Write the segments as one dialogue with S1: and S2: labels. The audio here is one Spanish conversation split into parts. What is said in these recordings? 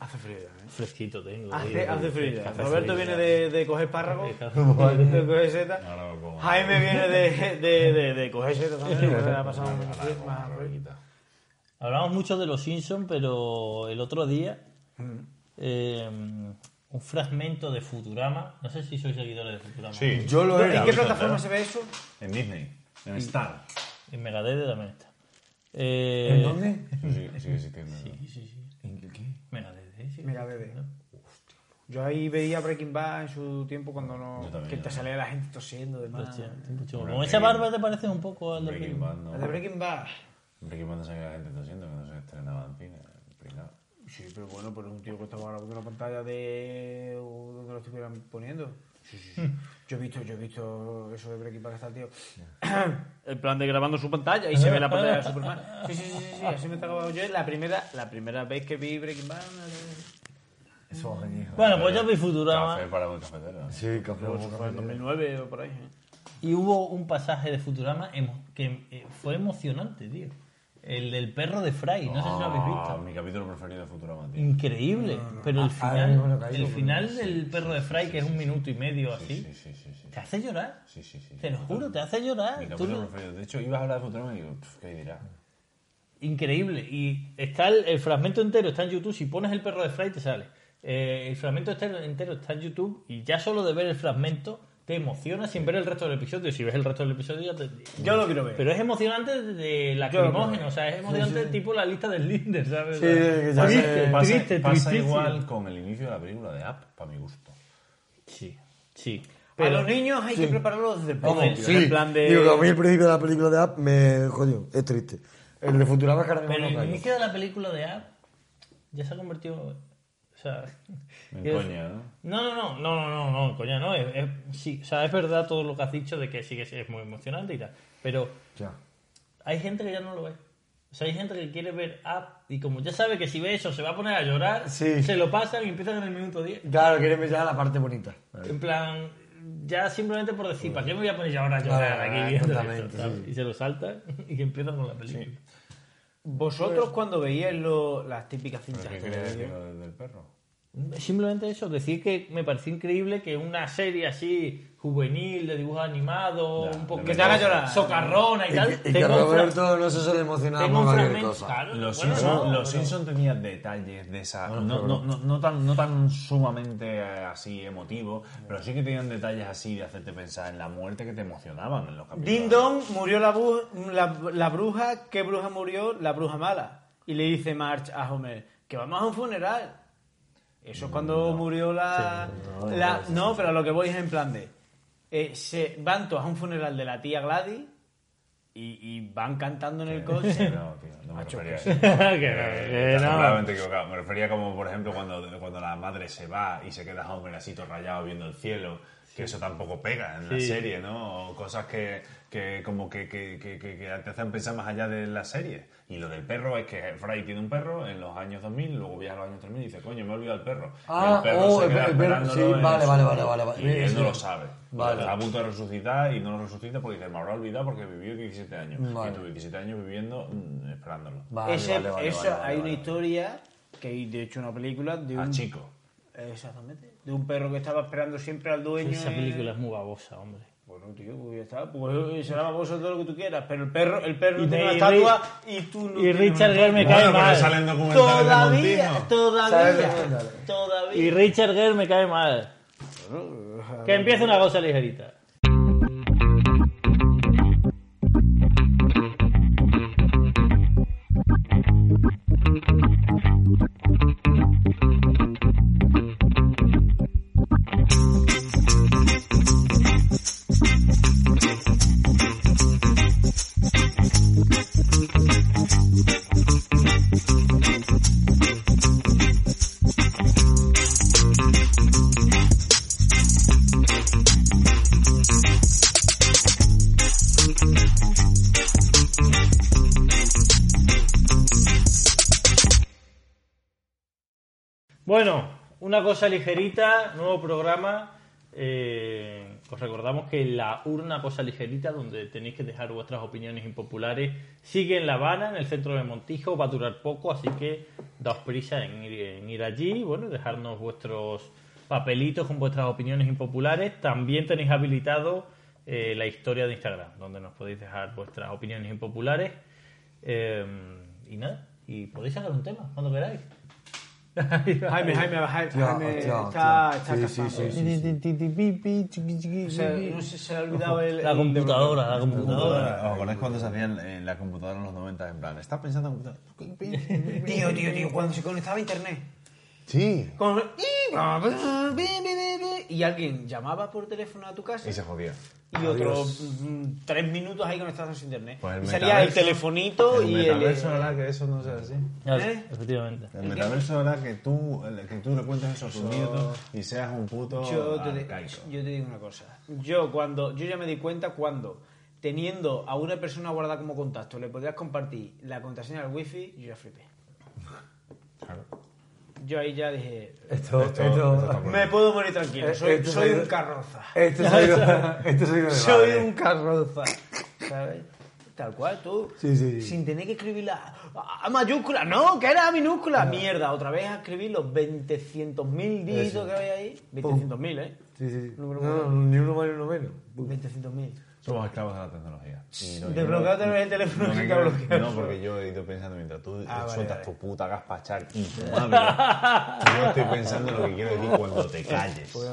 S1: Hace frío. ¿eh?
S2: Fresquito tengo.
S1: Hace,
S2: digo,
S1: hace frío.
S2: hace
S1: Roberto
S2: frío.
S1: viene de, de coger párragos.
S2: Vale.
S1: de, de coger seta.
S3: No, no, como-
S1: Jaime viene de, de, de, de coger seta también. porque le ha pasado
S3: como-
S1: mucho frío,
S3: como-
S1: más
S3: como-
S1: frío.
S2: Hablamos mucho de los Simpsons, pero el otro día
S1: Mm.
S2: eh, un fragmento de Futurama. No sé si sois seguidores de Futurama.
S3: Sí,
S1: Yo lo he- ¿En qué
S3: visto
S1: plataforma se
S3: entero.
S1: ve eso?
S3: En Disney. En Star.
S2: En Megadeth también está. Eh,
S4: ¿En dónde?
S3: Sí, sigue existiendo. ¿no?
S2: Sí, sí, sí.
S4: ¿En qué?
S2: Megadeth, ¿eh? sí.
S1: Mira, bebé. Yo ahí veía Breaking Bad en su tiempo cuando no.
S3: Yo también,
S1: que te
S3: yo.
S1: salía la gente tosiendo y demás.
S2: Hostia, tiempo chulo.
S3: Hombre,
S2: Con esa
S3: Breaking-
S2: barba te parece un poco al de
S3: Breaking
S2: Breaking
S3: Bad,
S1: La de
S3: no.
S1: Breaking Bad.
S3: Breaking Bad no sabía que la gente está siendo que no se estrenaba en cine. pringao.
S1: Sí, pero bueno, pero es un tío que estaba grabando la pantalla de. o donde lo estuvieran poniendo. Sí, sí, sí. Yo he visto, yo he visto eso de Breaking Bad que está el tío. el plan de grabando su pantalla y se ve la pantalla de Superman. Sí, sí, sí, sí, sí, así me está grabando yo. La primera, la primera vez que vi Breaking Bad.
S4: Eso va genial.
S2: Bueno, pues yo vi Futurama
S3: Café para un cafetero.
S4: Sí, café.
S1: Pues Eso fue en 2009 o por ahí. ¿eh?
S2: y hubo un pasaje de Futurama emo- que eh, fue emocionante, tío. El del perro de Fry, no sé si lo habéis
S3: Ah,
S2: visto.
S3: mi capítulo preferido de Futurama, tío.
S2: Increíble, pero el
S4: ahora mismo no
S2: final,
S4: caigo,
S2: el
S4: pero-
S2: final del perro de Fry, que es un minuto y medio así,
S3: Sí, sí, sí, sí.
S2: te hace llorar.
S3: Sí, sí, sí.
S2: Te lo juro, te hace
S3: Mi
S2: llorar. Tú
S3: capítulo
S2: no-
S3: preferido. De hecho, ibas a hablar de Futurama y digo, "Pff, ¿qué dirá?
S2: Increíble. Y está el, el fragmento entero, está en YouTube. Si pones el perro de Fry, te sale. Eh, el fragmento este- entero está en YouTube y ya solo de ver el fragmento te emociona sin ver el resto del episodio. Si ves el resto del episodio, ya te...
S1: Yo lo quiero ver.
S2: Pero es emocionante de lacrimógeno, o sea, es emocionante tipo la lista del Linder, ¿sabes?
S4: Sí, que ya
S2: triste,
S4: sé.
S3: Pasa,
S2: triste,
S3: pasa
S2: tristísimo.
S3: igual con el inicio de la película de App, para mi gusto.
S2: Sí, sí.
S1: a
S2: Pero
S1: los niños hay que prepararlos desde
S4: Vamos,
S1: pequeños,
S4: sí.
S1: en plan de.
S4: Digo, que a mí el principio de la película de App me... Coño, es triste. El de Futurama es que ahora mismo
S2: Pero
S4: no
S2: el
S4: caigo.
S2: inicio de la película de App ya se ha convertido. O sea.
S3: En
S2: quiero
S3: coña,
S2: decir-
S3: ¿no?
S2: No, no, no, no, no, no, no, coña, no. Es, es- sí, o sea, es verdad todo lo que has dicho de que sí que sí, es muy emocionante y tal. Pero
S4: Ya.
S2: hay gente que ya no lo ve. O sea, hay gente que quiere ver App y como ya sabe que si ve eso se va a poner a llorar,
S4: Sí.
S2: se lo pasan y empiezan en el minuto 10.
S4: Claro, quieren ver ya la parte bonita.
S2: En plan, ya simplemente por decir, ¿para qué me voy a poner ya ahora a llorar
S4: Vale,
S2: aquí viendo
S4: totalmente,
S2: esto, ¿sabes?
S4: sí.
S2: Y se lo salta y empiezan con la película.
S1: Vosotros cuando veíais lo- las típicas cintas
S3: ¿Qué
S1: de
S3: quería decir
S1: vídeo,
S3: lo del- del perro?
S2: Simplemente eso, decir que me pareció increíble que una serie así juvenil, de dibujos animados,
S3: Ya,
S2: un poco
S3: que te haga
S1: llorar.
S2: socarrona y,
S4: Y,
S2: tal,
S4: que- y que
S2: tengo un fra-
S4: Roberto no se suele emocionar
S2: tengo
S4: por
S2: un
S4: cualquier
S2: fragmento-
S4: cosa.
S2: claro,
S3: Los
S2: bueno,
S3: Simpsons
S2: no,
S3: los
S2: pero-
S3: Simpson tenían detalles de esa. No, no, no, no tan, no tan sumamente eh, así emotivo, pero sí que tenían detalles así de hacerte pensar en la muerte que te emocionaban en los capítulos.
S1: Ding Dong murió la, bu- la, la bruja. ¿Qué bruja murió? La bruja mala. Y le dice Marge a Homer que vamos a un funeral. Eso es cuando
S4: Mm,
S1: murió la... la- no, pero a lo que voy es en plan de... eh, se van todos a un funeral de la tía Gladys y, y van cantando en el coche.
S3: No, tío, no me
S1: Macho,
S3: refería a
S1: que
S3: eso.
S4: Eh,
S2: que no, que
S3: Está
S2: no.
S3: completamente equivocado. Me refería como, por ejemplo, cuando, cuando la madre se va y se queda Homer así todo rayado viendo el cielo, que eso tampoco pega en la
S2: Sí.
S3: serie, ¿no? O cosas que, que como que, que- que- que- que te hacen pensar más allá de la serie. Y lo del perro es que Fry tiene un perro en los años 2000, luego viaja a los años 3000 y dice, coño, me he olvidado el perro. Y
S4: Ah,
S3: el perro
S4: oh,
S3: se
S4: el
S3: queda
S4: per- el perro,
S3: esperándolo
S4: sí,
S3: en
S4: vale,
S3: su-
S4: vale, vale, vale, vale.
S3: Y él no
S4: Sí.
S3: lo sabe.
S4: Vale.
S3: Está a punto de resucitar y no lo resucita porque dice, me habrá olvidado porque vivió 17 años.
S4: Vale.
S3: Y tú 17 años viviendo mm, esperándolo.
S4: Vale,
S1: Ese-
S4: vale, vale,
S1: eso,
S4: vale, vale,
S1: hay una
S4: vale. Ah,
S1: historia que hay, de hecho, una película de
S3: A
S1: un...
S3: chico.
S1: Exactamente. De un perro que estaba esperando siempre al dueño.
S2: Esa
S1: en-
S2: película es muy babosa, hombre.
S1: Bueno, tío, pues ya está. Pues será baboso todo lo que tú quieras. Pero el perro, el perro
S2: Y
S1: tiene una
S2: de- y
S1: estatua y tú no.
S2: Y
S1: tienes
S2: Richard
S1: una
S2: Gere me cae
S3: Bueno, pero
S2: mal.
S3: salen documentales de
S1: Todavía,
S3: Montino.
S4: ¿Sabes
S1: todavía,
S4: documentales?
S1: todavía.
S2: Y Richard Gere me cae mal. Que empiece una cosa ligerita. Bueno, una cosa ligerita, nuevo programa. eh, Os recordamos que la urna, cosa ligerita, donde tenéis que dejar vuestras opiniones impopulares, sigue en La Habana, en el centro de Montijo, va a durar poco, así que daos prisa en ir, en ir allí y bueno, dejarnos vuestros papelitos con vuestras opiniones impopulares. También tenéis habilitado eh, la historia de Instagram, donde nos podéis dejar vuestras opiniones impopulares. Eh, y nada, y podéis sacar un tema cuando queráis.
S1: Jaime, Jaime, Jaime,
S4: Hostia,
S1: Jaime
S4: hostia,
S1: está,
S4: hostia.
S1: está
S4: Sí, sí,
S1: cazando.
S4: sí, sí, sí.
S1: O sea, no sé si se le ha olvidado el...
S2: La
S1: el-
S2: computadora, la computadora.
S3: ¿Os acordáis cuando se hacían en la computadora en los 90? En plan, ¿estás pensando en computadora?
S1: Tío, tío, tío, cuando se conectaba a internet.
S3: Sí.
S1: Con- Y alguien llamaba por teléfono a tu casa
S3: Y se jodía.
S1: y otros mm, tres minutos ahí conectados a internet.
S3: Pues el
S1: y salía el
S3: metaverso-
S1: telefonito
S3: El
S1: y
S3: metaverso
S1: el...
S3: hará que eso no sea así.
S2: Claro,
S1: ¿Eh?
S2: Efectivamente.
S3: El metaverso hará que tú, que tú le cuentes esos sonidos y seas un puto
S1: Yo te, di-
S3: arcaico.
S1: yo te digo una cosa. Yo cuando yo ya me di cuenta cuando teniendo a una persona guardada como contacto le podías compartir la contraseña del wifi, yo ya flipé.
S3: Claro.
S1: Yo ahí ya dije,
S4: Esto, esto,
S1: me puedo morir tranquilo,
S4: eh,
S1: soy,
S4: esto
S1: soy
S4: se ha
S1: un
S4: ido-
S1: carroza.
S4: Esto se ha ido, esto se ha ido de
S1: Soy
S4: madre.
S1: un carroza, ¿sabes? Tal cual tú.
S4: Sí, sí, sí.
S1: Sin tener que escribir la a a mayúscula, no, que era a minúscula. Mierda, otra vez a escribir los 20.000 dígitos que había ahí. 20.000, ¿eh?
S4: Sí, sí, sí.
S1: Número
S4: No, no, ni uno más ni uno menos.
S1: 20.000.
S3: Somos esclavos de la tecnología. Y no-
S1: Desbloquea otra vez el
S3: No,
S1: teléfono
S3: que
S1: que está
S3: quiero-
S1: bloqueado.
S3: no, porque yo he ido pensando mientras tú
S1: Ah, vale,
S3: sueltas
S1: vale.
S3: tu puta gaspachar infumable. yo estoy pensando en lo que quiero decir cuando te calles.
S1: Pues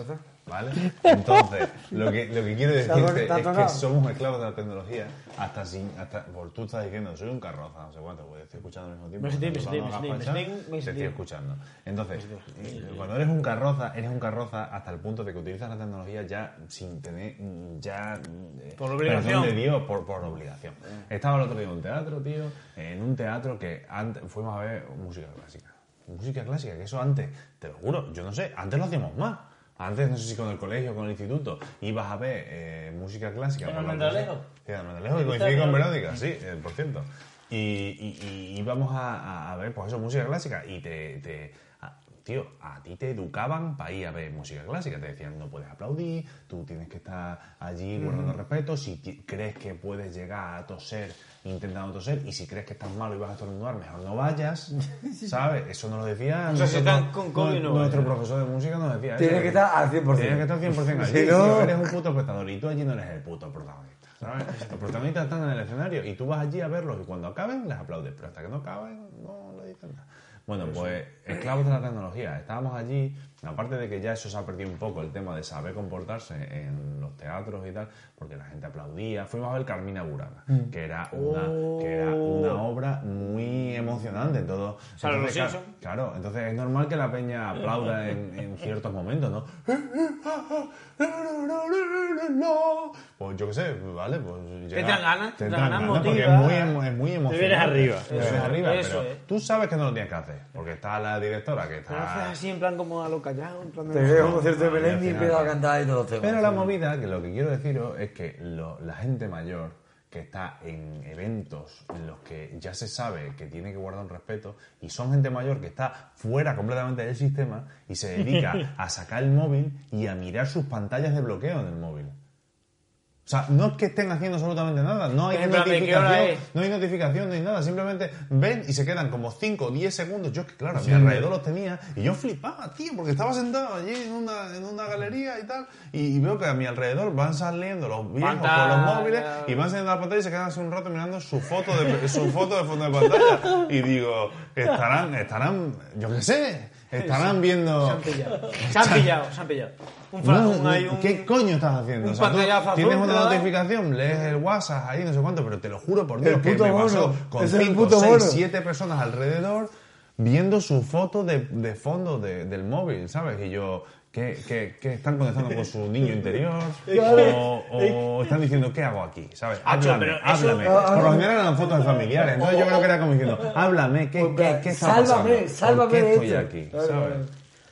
S3: ¿Vale? Entonces, lo que, lo que quiero
S4: ha to-
S3: decirte
S4: te ha
S3: es que
S4: tocado.
S3: somos esclavos de la tecnología hasta sin. Hasta, por tú estás diciendo, soy un carroza, no sé cuánto, porque te estoy escuchando al mismo tiempo.
S1: Me estoy-
S3: estás
S1: me estoy-
S3: usando
S1: me estoy-
S3: gaspachar,
S1: me estoy- me
S3: Te estoy
S1: estoy-
S3: escuchando. Entonces,
S1: Pues
S3: eh, cuando eres un carroza, eres un carroza hasta el punto de que utilizas la tecnología ya sin tener. mm, ya eh,
S1: Por
S3: perdón
S1: obligación. Ah.
S3: de Dios, por, por obligación. Estaba el otro día en un teatro, tío, en un teatro que antes fuimos a ver música clásica. Música clásica, que eso antes, te lo juro, yo no sé, antes lo hacíamos más. Antes, no sé si con el colegio, con el instituto, ibas a ver eh, música clásica.
S2: ¿En
S3: por la
S2: Mandalejo?
S3: televisión. Sí, en el Mandalejo, y coincidí con Verónica, sí, eh, por cierto. Y, y, y íbamos a, a- a ver, pues eso, música clásica, y te... te- a- Tío, a ti te educaban para ir a ver música clásica. Te decían, no puedes aplaudir, tú tienes que estar allí
S1: Mm.
S3: guardando respeto. Si ti- crees que puedes llegar a toser, intentando toser, y si crees que estás malo y vas a estornudar, mejor no vayas. ¿Sabes? Eso nos lo decía.
S1: O sea, si
S3: nuestro-
S1: estás con COVID, no
S3: Nuestro profesor de música nos decía.
S4: Tienes
S3: eso.
S4: que estar al 100%.
S3: Tienes que estar al 100% allí.
S4: Si no-
S3: tío, eres un puto prestador y tú allí no eres el puto protagonista. ¿sabes? Los protagonistas están en el escenario y tú vas allí a verlos y cuando acaben les aplaudes, pero hasta que no acaben no le dicen nada. Bueno, pues esclavos de la tecnología. Estábamos allí, aparte de que ya eso se ha perdido un poco el tema de saber comportarse en los teatros y tal, porque la gente aplaudía. Fuimos a ver Carmina Burana, que, era una, que era una obra muy emocionante. Todo,
S1: sea, los
S3: Entonces,
S1: Simpson.
S3: Claro, entonces es normal que la peña aplauda en, en ciertos momentos, ¿no? Pues yo qué sé, vale, pues. llega-
S1: dan ganas,
S3: Te
S1: te
S3: dan
S1: dan
S3: ganas,
S1: motiva.
S3: porque es muy, emo- es muy emocionante.
S2: vienes arriba.
S3: Te vienes
S1: Eso,
S3: arriba,
S1: eso
S3: pero
S1: es.
S3: tú sabes que no lo tienes que hacer, porque está la directora que
S1: Pero haces
S3: está.
S1: así en plan como a lo callado, en plan
S4: Te
S1: de-
S4: veo un concierto de
S3: no, al
S4: Belén y
S3: final
S4: empiezas a
S3: no.
S4: cantar y todos los temas.
S3: Pero la movida, que lo que quiero deciros es que lo- la gente mayor que está en eventos en los que ya se sabe que tiene que guardar un respeto y son gente mayor que está fuera completamente del sistema y se dedica a sacar el móvil y a mirar sus pantallas de bloqueo en el móvil. O sea, no es que estén haciendo absolutamente nada, no hay,
S1: En plan, ¿de qué hora
S3: notificación,
S1: es?
S3: no hay notificación, no hay nada, simplemente ven y se quedan como 5 o 10 segundos. Yo es que, claro, a mi alrededor los tenía y yo flipaba, tío, porque estaba sentado allí en una, en una galería y tal, y, y veo que a mi alrededor van saliendo los viejos con los
S1: Pantalla.
S3: móviles y van saliendo a la pantalla y se quedan hace un rato mirando su foto de, su foto de fondo de pantalla. Y digo, estarán, estarán, yo qué sé, estarán
S1: Se han
S3: viendo...
S1: pillado, se han pillado, se han pillado. Un fra-
S3: No,
S1: un- hay un-
S3: ¿Qué coño estás haciendo?
S1: un
S3: O sea, tú
S1: pantallazo azul,
S3: tienes
S1: te
S3: una
S1: da.
S3: notificación, lees el WhatsApp ahí, no sé cuánto, pero te lo juro por Dios
S4: El
S3: que
S4: puto
S3: me
S4: mono,
S3: pasó con
S4: es el
S3: 5,
S4: puto
S3: 6,
S4: mono.
S3: 7 personas alrededor viendo su foto de, de fondo de- del móvil, ¿sabes? Y yo... ¿Qué, qué, qué están conectando con su niño interior? O, o están diciendo, ¿qué hago aquí? ¿Sabes?
S1: Acho,
S3: Háblame,
S1: Ah, pero eso-
S3: háblame. Por lo general eran fotos de familiares. Entonces yo creo que era como diciendo, háblame, ¿qué, qué, qué está
S4: Pues, Sálvame,
S3: pasando?
S4: sálvame
S3: ¿Por qué
S4: de
S3: estoy
S4: esto?
S3: aquí?
S4: Claro,
S3: ¿Sabes?
S4: claro.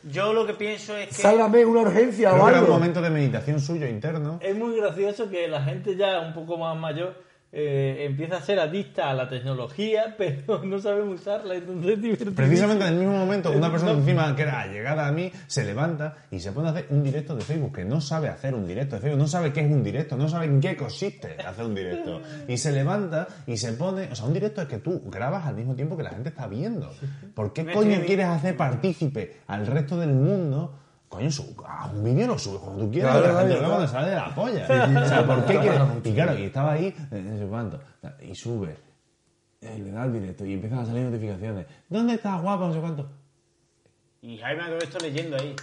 S1: Yo lo que pienso es que
S4: Sálvame una urgencia
S3: Creo
S4: o
S3: que era un
S4: algo.
S3: momento de meditación suyo interno.
S2: Es muy gracioso que la gente ya un poco más mayor eh, empieza a ser adicta a la tecnología, pero no saben usarla, entonces es divertido.
S3: Precisamente en el mismo momento,
S4: Eh,
S3: una persona encima que era allegada a mí se levanta y se pone a hacer un directo de Facebook, que no sabe hacer un directo de Facebook, no sabe qué es un directo, no sabe en qué consiste hacer un directo. Y se levanta y se pone. O sea, un directo es que tú grabas al mismo tiempo que la gente está viendo. ¿Por qué coño quieres hacer partícipe al resto del mundo? Coño, su, a un vídeo lo subes cuando tú quieras,
S4: Claro,
S3: pero la gente
S4: claro,
S3: lo ve cuando
S4: claro.
S3: sale de la polla. O sea, ¿por qué quieres? Y claro, y estaba ahí, eh, no sé cuánto, y sube. Eh, le da al directo y empiezan a salir notificaciones. ¿Dónde estás, guapo? No sé cuánto.
S1: Y Jaime ha esto leyendo ahí,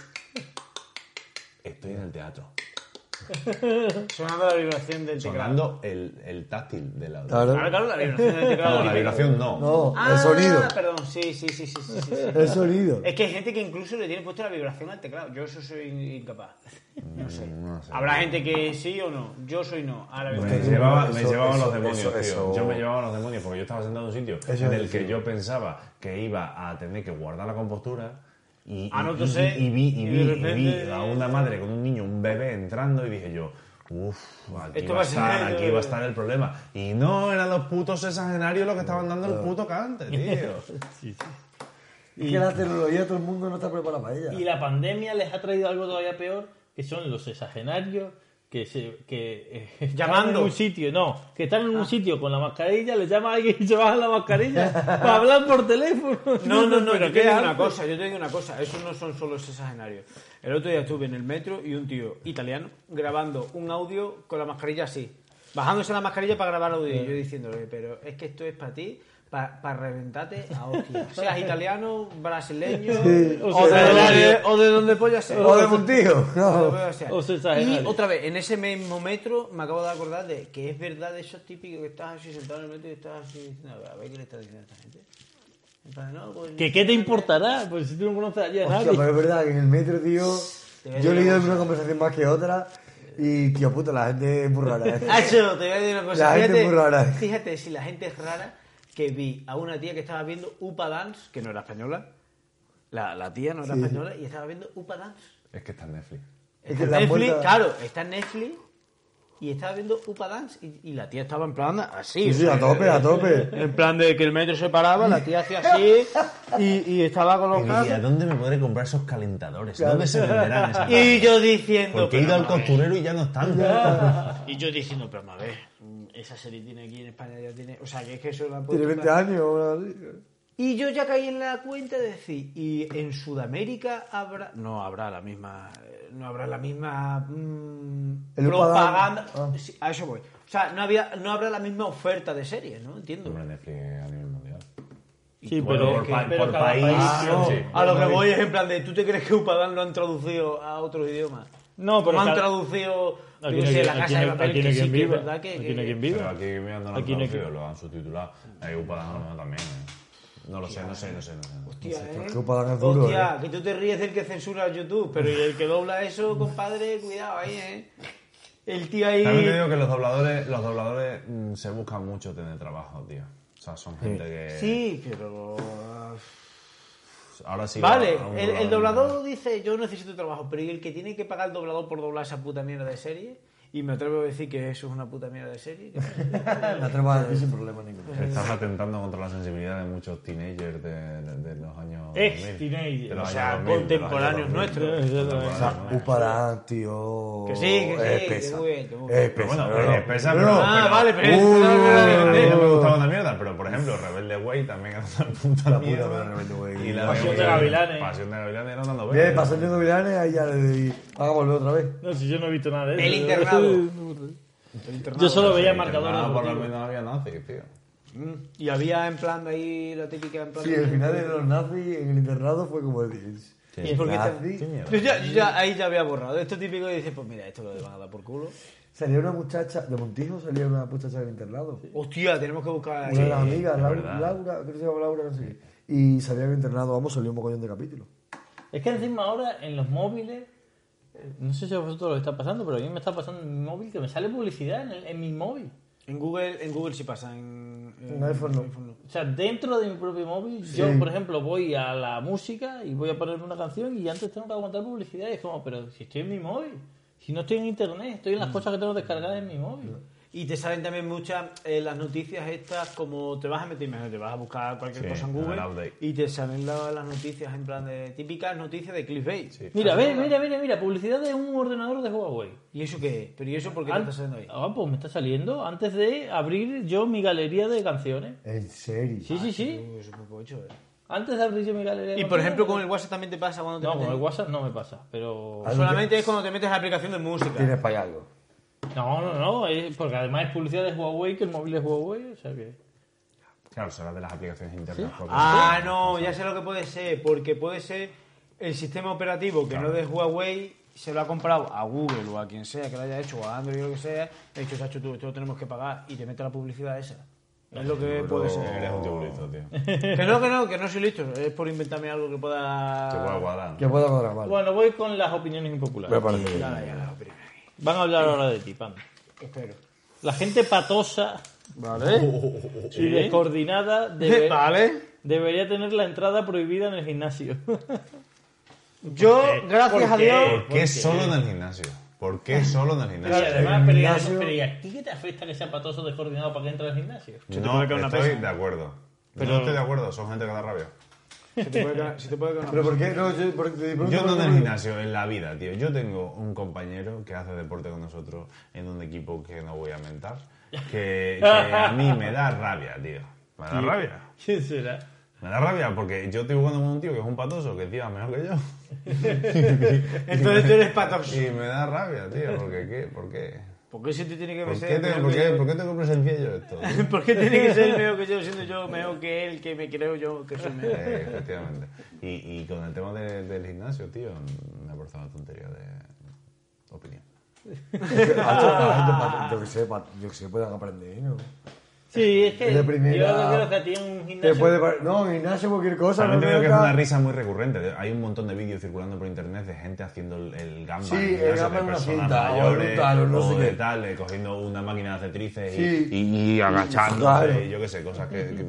S3: Estoy en el teatro.
S1: sonando la vibración del teclado.
S3: Sonando el, el táctil de la.
S4: Claro.
S1: Claro, claro, la vibración del
S3: No,
S1: teclado.
S3: la
S1: vibración.
S3: vibración no.
S4: No,
S1: Ah,
S4: el sonido.
S1: perdón, sí, sí, sí, sí, sí, sí, sí.
S4: El sonido.
S1: Es que hay gente que incluso le tiene puesto la vibración al teclado. Yo eso soy incapaz. No sé.
S3: Mm, no sé.
S1: Habrá gente que sí o no. Yo soy no. A la
S3: Pues Me
S1: vibración.
S3: llevaba, me
S4: Eso,
S3: llevaban
S4: eso,
S3: los demonios,
S4: eso,
S3: tío.
S4: eso.
S3: Yo me llevaba los demonios porque yo estaba sentado en un sitio
S4: Eso
S3: en el
S4: es,
S3: que
S4: sí.
S3: yo pensaba que iba a tener que guardar la compostura y, y-
S1: Ah, no, tú
S3: y-
S1: sé.
S3: y vi, y
S1: Y
S3: vi,
S1: de
S3: y
S1: repente-
S3: vi a una madre con un niño, un bebé entrando y dije yo, uff, aquí
S1: Esto
S3: va
S1: va
S3: a
S1: a
S3: estar,
S1: ser-
S3: aquí va a estar el problema. Y no eran los putos sexagenarios los que estaban dando el puto cante, tío.
S4: Y que la tecnología todo el mundo no está preparado para
S2: Y
S4: ella.
S2: la pandemia les ha traído algo todavía peor, que son los exagenarios que se que eh, están
S1: Llamando. Ah.
S2: en un sitio, no, que están en un sitio con la mascarilla, le llama a alguien y se baja la mascarilla para hablar por teléfono.
S1: No, no, no,
S2: Pero
S1: yo
S2: qué
S1: te digo
S2: asco.
S1: una cosa, yo te digo una cosa, eso no son solo esos escenarios. El otro día estuve en el metro y un tío italiano grabando un audio con la mascarilla así, bajándose la mascarilla para grabar audio. Y yo diciéndole, pero es que esto es para ti, para reventarte a hostias. Seas italiano, brasileño,
S4: Sí,
S1: o,
S2: o
S1: de
S2: sea,
S1: donde, o de donde polla sea.
S4: O de Montijo.
S1: O de
S4: No.
S1: donde sea.
S2: O
S1: y
S2: sea, escenario.
S1: otra vez, en ese mismo metro me acabo de acordar de que es verdad eso típico que estás así sentado en el metro y estás así diciendo, a ver qué le está diciendo a esta gente. En plan, no, pues-
S2: ¿Que ¿Qué te importará? Pues si tú no conoces allí a
S4: Hostia,
S2: nadie.
S4: pero es verdad que en el metro, tío,
S1: voy a decir
S4: yo he leído
S1: una
S4: en una conversación más que otra y, tío puta, la gente es muy rara. ¿eh?
S1: Hacho, te voy a decir una cosa.
S4: La gente
S1: fíjate,
S4: es muy rara.
S1: Fíjate si la gente es rara que vi a una tía que estaba viendo Upa Dance, que no era española. La, la tía no era española y estaba viendo Upa Dance.
S3: Es que está en Netflix.
S4: Es
S1: Está
S4: que
S1: en
S4: la
S1: Netflix,
S4: puerta-
S1: claro, está en Netflix y estaba viendo Upa Dance y, y la tía estaba en plan así.
S4: Sí,
S1: o
S4: sí,
S1: sea,
S4: a tope, a tope.
S1: En plan de que el metro se paraba, la tía hacía así y, y estaba con los
S3: Y
S1: brazos.
S3: dije, ¿a dónde me podré comprar esos calentadores? ¿Dónde se venderán esas
S1: Y yo diciendo.
S3: Porque
S1: pero
S3: he
S1: eh.
S3: ido al
S1: vamos a ver.
S3: costurero y ya no están.
S1: Y yo diciendo, pero a ver, mm, esa serie tiene aquí en España, ya tiene. O sea, que es que eso la han
S4: Tiene
S1: puesto
S4: 20
S1: para-
S4: años. una así.
S1: Y yo ya caí en la cuenta de decir, ¿y en Sudamérica habrá.? No habrá la misma. eh, No habrá la misma. mm,
S4: El
S1: propaganda.
S4: Upadán. Ah.
S1: Sí, a eso voy. O sea, no, había, no habrá la misma oferta de series, ¿no? Entiendo.
S3: Hombre, Netflix a nivel mundial.
S2: Sí,
S3: Bueno, por, pa- por
S2: cada
S3: país.
S1: Ah, no.
S3: sí.
S1: A lo que voy es en plan de, ¿tú te crees que Upadán lo han traducido a otro idioma?
S2: No, pero
S1: No han
S2: cada-
S1: traducido. yo
S2: Aquí
S1: qué
S2: no
S1: sé,
S2: hay-
S1: la
S2: aquí
S1: casa
S2: no
S1: de
S2: hay-
S1: papel,
S2: aquí no
S1: que
S2: hay
S1: sí,
S2: quien
S1: que es
S2: viva.
S1: verdad que.
S2: Aquí
S1: que-
S2: no hay quien
S3: Pero
S2: viva.
S3: aquí mirando los
S2: Aquí no hay que-
S3: traducidos, lo han subtitulado. Hay un padano lo mismo también. ¿eh? No lo sé, no sé, no sé. No sé.
S1: Hostia, ¿eh?
S4: qué Upadán es duro, ¿eh?
S1: Hostia, que tú te ríes del que censura YouTube, pero y el que dobla eso, compadre, cuidado ahí, ¿eh? El tío ahí...
S3: También te digo que los dobladores, los dobladores mm, se buscan mucho tener trabajo, tío. O sea, son gente que.
S1: Sí, pero...
S3: Ahora sí.
S1: Vale,
S3: a un
S1: el, el
S3: normal.
S1: doblador dice, yo necesito trabajo, pero ¿y el que tiene que pagar al doblador por doblar esa puta mierda de serie? Y me atrevo a decir que eso es una puta mierda de serie.
S4: La atrevo a decir sin problema ninguno.
S3: Estás atentando contra la sensibilidad de muchos teenagers de, de- de los años.
S2: Ex
S3: 2000.
S2: teenagers.
S3: De los
S1: O sea,
S3: años 2000, de los años
S1: contemporáneos
S3: 2000.
S1: nuestros.
S4: O sea, Upadán, tío.
S1: Que sí, que sí,
S4: es
S1: que
S4: pesa.
S1: muy bien, que muy bien.
S4: Es pesa,
S3: Pero bueno,
S4: pero no.
S3: es pesa,
S4: Pero
S3: pero-
S4: no.
S1: ah, vale, pero...
S4: Uy, uy,
S3: A mí no me
S4: uy, uy.
S3: gustaba una mierda, pero por ejemplo, Rebelde Way también era una puta
S4: La puta
S3: mierda.
S4: madre, Rebelde Way.
S3: Y la
S2: Pasión
S3: veo-
S2: de Gavilanes.
S3: Pasión de Gavilanes era una novela.
S4: Bien, pasando de Milanes, ahí ya le di. Vamos a volver otra vez.
S2: No, si yo no he visto nada de
S1: El
S2: eso.
S1: internado.
S2: Yo solo veía
S3: Internado, por lo
S2: marcadores.
S3: menos había nazis, tío.
S1: Mm. Y había en plan de ahí lo típica en plan...
S4: Sí, el final de los nazis en el internado fue como el
S1: ¿Y por
S3: Ah,
S1: qué
S4: nazi.
S1: te- Yo ya, yo ya- ahí ya había borrado. Esto típico y dices, pues mira, esto lo van a dar por culo.
S4: Salía una muchacha, de Montijo salía una muchacha del internado.
S1: Hostia, tenemos que buscar...
S4: Una de las amigas,
S3: es
S4: Laura,
S3: verdad.
S4: Laura, creo que se llama Laura, no sé qué. Y salía del internado, vamos, salió un mogollón de capítulos.
S2: Es que encima ahora en los móviles, eh, no sé si a vosotros lo está pasando, pero a mí me está pasando en mi móvil que me sale publicidad en, el- en mi móvil.
S1: En Google, en Google sí pasa, en,
S4: En iPhone no.
S2: O sea, dentro de mi propio móvil, yo, por ejemplo, voy a la música y voy a ponerme una canción y antes tengo que aguantar
S1: Mm.
S2: publicidad. Y es como, pero si estoy en mi móvil, si no estoy en internet, estoy en las cosas que tengo descargadas en mi móvil.
S1: Y te salen también muchas eh, las noticias estas, como te vas a meter, imagínate, te vas a buscar cualquier
S3: Sí,
S1: cosa en
S3: el
S1: Google
S3: update.
S1: y te salen la- las noticias en plan de típicas noticias de clickbait.
S3: Sí.
S2: Mira, ve, mira, mira, mira, publicidad de un ordenador de Huawei.
S1: ¿Y eso qué es? ¿Pero y eso por qué te
S2: An-
S1: está saliendo ahí?
S2: Ah, pues me está saliendo antes de abrir yo mi galería de canciones.
S4: En serio.
S2: Sí,
S1: Ah,
S2: sí, sí.
S1: Uy, eso es muy pocho, eh.
S2: Antes de abrir yo mi galería de
S1: Y por
S2: canciones-
S1: ejemplo, con el WhatsApp también te pasa cuando te
S2: No,
S1: metes-
S2: con el WhatsApp no me pasa, pero...
S4: Ah,
S1: Solamente es cuando te metes a la aplicación de música.
S4: Tienes para algo.
S2: No, no, no, es porque además es publicidad de Huawei, que el móvil es Huawei, o sea que...
S3: Claro, será de las aplicaciones internas. porque-
S1: Ah, no, ya sé lo que puede ser, porque puede ser el sistema operativo que no es de Huawei se lo ha comprado a Google o a quien sea que lo haya hecho, o a Android o lo que sea, he dicho, Sacho, tú, esto lo tenemos que pagar y te mete la publicidad esa. Es lo que puede
S2: pues,
S3: Eres
S1: ser.
S3: un tiburito, tío. Te
S1: Que no, que no, que no soy listo, es por inventarme algo que pueda...
S3: voy a guardar.
S4: Que pueda cuadrar mal.
S2: Bueno, voy con las opiniones
S4: Me
S2: impopulares.
S4: parece bien.
S1: Dale, ya, la primera.
S2: Van a hablar ahora de ti, Pam.
S1: Espero.
S2: La gente patosa
S1: Vale.
S4: ¿Eh?
S2: y descoordinada debe-
S1: eh, Vale.
S2: debería tener la entrada prohibida en el gimnasio.
S1: Yo, gracias a
S2: ¿Por qué?
S1: Dios...
S3: ¿Por qué solo en el gimnasio? ¿Por qué solo en el
S2: Claro,
S3: gimnasio?
S2: además, pero, ya-
S4: gimnasio-
S2: pero ¿y a ti qué te afecta que sea patoso descoordinado para que entre al gimnasio?
S3: No,
S1: caer una
S3: estoy
S1: pesa.
S3: de acuerdo.
S2: Pero-
S3: No estoy de acuerdo, son gente que da rabia.
S1: Si te puede caer- si te puede caer una
S4: ¿Pero por qué? No, yo, por- te pregunto
S3: Yo no
S4: por
S3: en
S4: qué
S3: el
S4: no-
S3: gimnasio, en la vida, tío. Yo tengo un compañero que hace deporte con nosotros en un equipo que no voy a mentar, que, que a mí me da rabia, tío. Me da rabia.
S2: ¿Quién será?
S3: Me da rabia porque yo estoy jugando con un tío que es un patoso, que encima es mejor que yo.
S1: Entonces tú eres patoso.
S3: Y me da rabia, tío, porque ¿qué? ¿Por qué?
S1: ¿Por qué si te tiene que
S3: ¿Por
S1: ser
S3: qué, tengo,
S1: mejor
S3: por
S1: que
S3: qué-
S1: yo?
S3: por qué tengo que presenciar yo esto? tío?
S1: ¿Por qué tiene que ser mejor que yo siendo yo mejor que él, que me creo yo que soy mejor?
S3: Eh, efectivamente. Y, y con el tema de- del gimnasio, tío, me ha parecido una tontería de opinión.
S4: Ah, Yo que sé, pa- yo que sé, puedan aprender, ¿no?
S2: Sí, es que
S4: Es de primera.
S2: yo creo que a ti en un
S4: Te
S2: gimnasio...
S4: puede par- No, gimnasio, cualquier cosa.
S3: También
S4: no
S3: te digo que es
S4: venga.
S3: una risa muy recurrente. Hay un montón de vídeos circulando por internet de gente haciendo el, el gamba.
S4: Sí,
S3: en
S4: el
S3: gimnasio,
S4: gamba
S3: de
S4: en una
S3: personas
S4: cinta, o en un
S3: mayores,
S4: tal, o no
S3: o
S4: sé
S3: de
S4: qué.
S3: tal, eh, cogiendo una máquina de cetrices y-
S4: Sí.
S3: y, y agachándose,
S4: Claro.
S3: y yo qué sé, cosas que... que-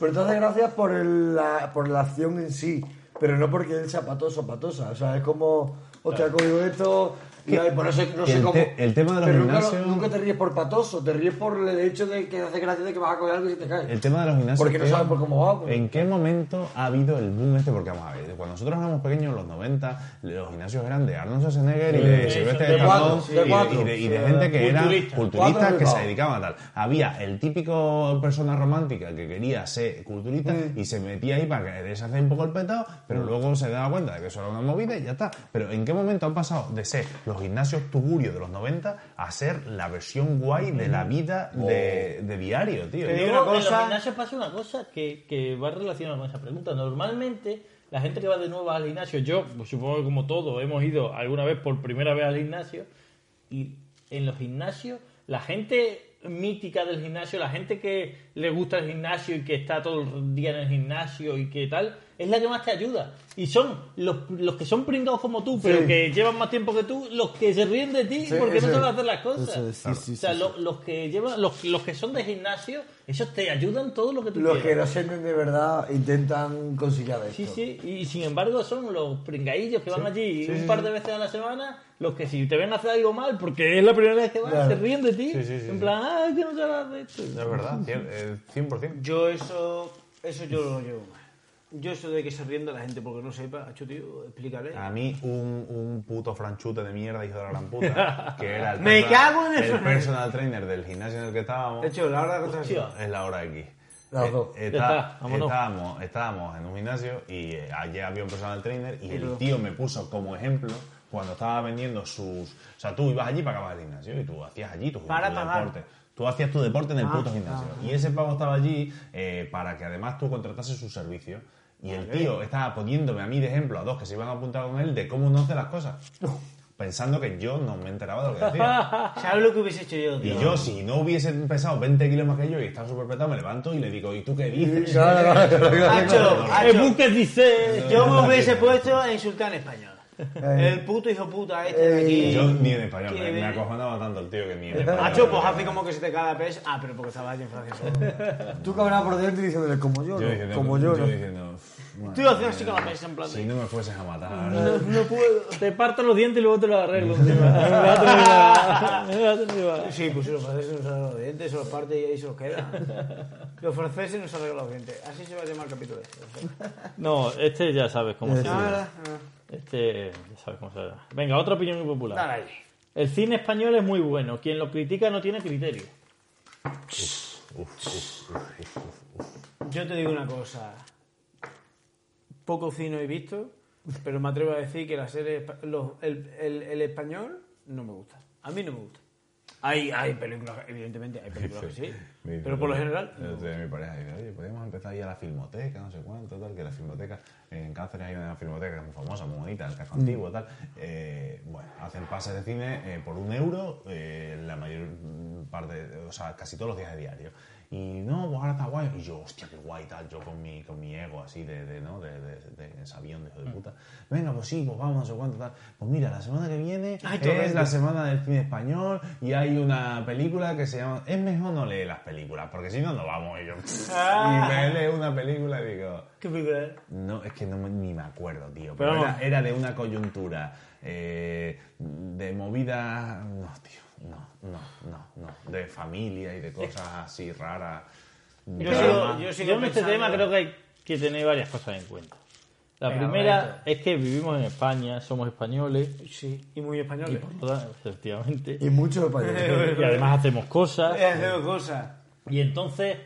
S4: Pero te hace gracia por el- la, por la acción en sí, pero no porque él sea patoso o patosa. O sea, es como, hostia, ha cogido esto y ay, por eso no
S3: que
S4: sé
S3: el
S4: cómo.
S3: te- el tema de los
S4: pero nunca, lo-
S3: gimnasios-
S4: nunca te ríes por patoso, te ríes por el hecho de que te hace gracia de que vas a coger algo y se te cae.
S3: El tema de los gimnasios...
S4: Porque no
S3: tío,
S4: saben por cómo va. pues.
S3: ¿En qué momento ha habido el boom este? Porque vamos a ver, cuando nosotros éramos pequeños, en los 90, los gimnasios eran de Arnold Schwarzenegger y de
S2: Sí,
S3: Silvestre
S2: de
S3: Stallone
S4: cuatro,
S3: y
S4: de
S3: de-
S4: cuatro.
S3: y de, y de
S4: Sí,
S3: gente que era
S2: culturista.
S3: culturista
S4: Cuatro
S3: que se
S4: rival.
S3: dedicaba a tal. Había el típico persona romántica que quería ser culturista y se metía ahí para que deshacer un poco el petado,
S1: Mm.
S3: pero luego se daba cuenta de que eso era una movida y ya está. Pero ¿en qué momento han pasado de ser los gimnasios tugurios de los 90 a ser la versión guay de la vida de,
S2: Oh.
S3: de diario, tío?
S1: Mm. Te digo
S2: Luego,
S1: una
S2: en los
S1: cosa-
S2: gimnasios pasa una cosa que, que va relacionada con esa pregunta. Normalmente, la gente que va de nuevo al gimnasio, yo pues, supongo que como todos hemos ido alguna vez por primera vez al gimnasio, y en los gimnasios, la gente mítica del gimnasio, la gente que le gusta el gimnasio y que está todo el día en el gimnasio y que tal, es la que más te ayuda. Y son los, los que son pringados como tú, pero
S4: Sí.
S2: que llevan más tiempo que tú, los que se ríen de ti
S4: Sí,
S2: porque
S4: eso
S2: no
S4: es.
S2: sabes hacer las cosas.
S4: Eso es, sí, sí,
S2: o sea,
S4: sí,
S2: lo- los que llevan los, los que son de gimnasio esos te ayudan todo lo que tú
S4: Los que
S2: quieras
S4: no se ven de verdad intentan conciliar esto.
S2: sí sí y sin embargo son los pringadillos que van allí un par de veces a la semana los que si te ven hacer algo mal porque es la primera vez que van
S4: Claro.
S2: se ríen de ti
S3: Sí, sí, sí,
S2: en
S3: sí.
S2: plan ah que no sabes hacer esto
S3: No, Es verdad, cien- eh, 100%.
S1: Yo eso, eso yo lo llevo mal. Yo eso de que se rienda la gente porque no sepa, hecho tío, explícale.
S3: A mí, un, un puto franchute de mierda, hijo de la gran puta, que era el,
S1: Me cago en el
S3: el
S1: Fran-
S3: personal trainer del gimnasio en el que estábamos.
S1: De hecho, la hora de contar
S2: Hostia.
S3: es la hora aquí.
S4: Las dos.
S3: Eh,
S2: Ya
S3: está-
S2: está, vámonos.
S3: estábamos, estábamos en un gimnasio y eh, allí había un personal trainer y el
S1: luego.
S3: tío me puso como ejemplo cuando estaba vendiendo sus... O sea, tú ibas allí para acabar el gimnasio y tú hacías allí tu, tu
S1: Para pagar.
S3: deporte. Tú hacías tu deporte en el
S1: Ah,
S3: puto gimnasio. Y ese pavo estaba allí eh, para que además tú contratases su servicio. Y el tío estaba poniéndome a mí de ejemplo a dos que se iban a apuntar con él de cómo no hace las cosas. Pensando que yo no me enteraba de lo que decía.
S1: ¿Sabes lo que hubiese hecho yo,
S3: Y
S1: tío?
S3: yo, si no hubiese pesado 20 kilos más que yo y estaba súper petado, me levanto y le digo, ¿y tú qué dices?
S4: Claro, claro, claro, claro.
S1: Hacho,
S2: el
S1: hacho,
S2: buque dice
S1: yo me hubiese puesto a insultar en español.
S4: Eh,
S1: El puto hijo puta este de aquí.
S3: Eh. Yo ni en español,
S1: que
S3: me, me
S1: ve-
S3: acojonaba tanto el tío que ni en español.
S1: Macho, pues hace como que se te cae la pez. Ah, pero porque estabas allí en Francia solo.
S2: Ah.
S4: Tú cabrás por dentro y diciéndole como
S3: Yo
S4: yo, ¿no?
S3: diciendo-
S4: como yo, ¿no?
S3: diciendo,
S1: Tú lo hacías así con la pez en plan
S3: si
S1: de...
S3: no me fueses a matar.
S2: No puedo. Te parto los dientes y luego te los arreglo. encima. Me va a tener la- me va a tener la-
S1: Sí, pues si los franceses no se arreglan los dientes, se los parte y ahí se los queda. Los franceses no se arreglan los dientes. Así se va a llamar el capítulo este.
S2: No, este ya sabes cómo se
S4: Sí.
S2: llama.
S1: Ahora, ah,
S2: Este ya sabes cómo se llama. Venga, otra opinión impopular.
S1: dale ahí.
S2: El cine español es muy bueno. Quien lo critica no tiene criterio.
S1: Yo te digo una cosa. Poco cine he visto, pero me atrevo a decir que la serie, espa- los- el, el- el español no me gusta. A mí no me gusta. Hay, hay películas, evidentemente, hay películas que sí,
S3: Mi-
S1: pero por lo general.
S3: el
S1: no.
S3: otro día Eh, mi pareja dice, oye, podríamos empezar ya la filmoteca, no sé cuánto, tal, que la filmoteca, en Cáceres hay una filmoteca que es muy famosa, muy bonita, el
S1: Mm.
S3: casco antiguo, tal. Eh, bueno, hacen pases de cine eh, por un euro, eh, la mayor mm, parte, o sea, casi todos los días de diario. Y no, pues ahora está guay. Y yo, hostia, qué guay, tal, yo con mi, con mi ego así de, de, ¿no? De, de, de sabión de hijo de
S1: Mm.
S3: puta. Venga, pues sí, pues vamos, no sé cuánto, tal. Pues mira, la semana que viene eh,
S1: Ay,
S3: es
S1: torrente.
S3: la semana del cine español y hay una película que se llama es mejor no leer las películas porque si no no vamos y yo
S2: Ah.
S3: y me leo una película y digo
S1: ¿Qué película es?
S3: no es que no me- ni me acuerdo tío
S2: Pero
S3: pero,
S2: vamos.
S3: era, era de una coyuntura eh, de movida no tío no no no no de familia y de cosas así raras
S1: Yo
S3: Drama.
S1: sigo, yo sigo
S2: Yo en este
S1: pensando-
S2: tema creo que hay que tener varias cosas en cuenta. La
S1: Venga,
S2: primera
S1: Roberto.
S2: es que vivimos en España, somos españoles,
S1: Sí, y muy
S2: y
S1: español.
S2: por lo tanto, efectivamente.
S4: Y muchos españoles.
S2: Y además hacemos cosas.
S1: Hacemos cosas.
S2: Y entonces.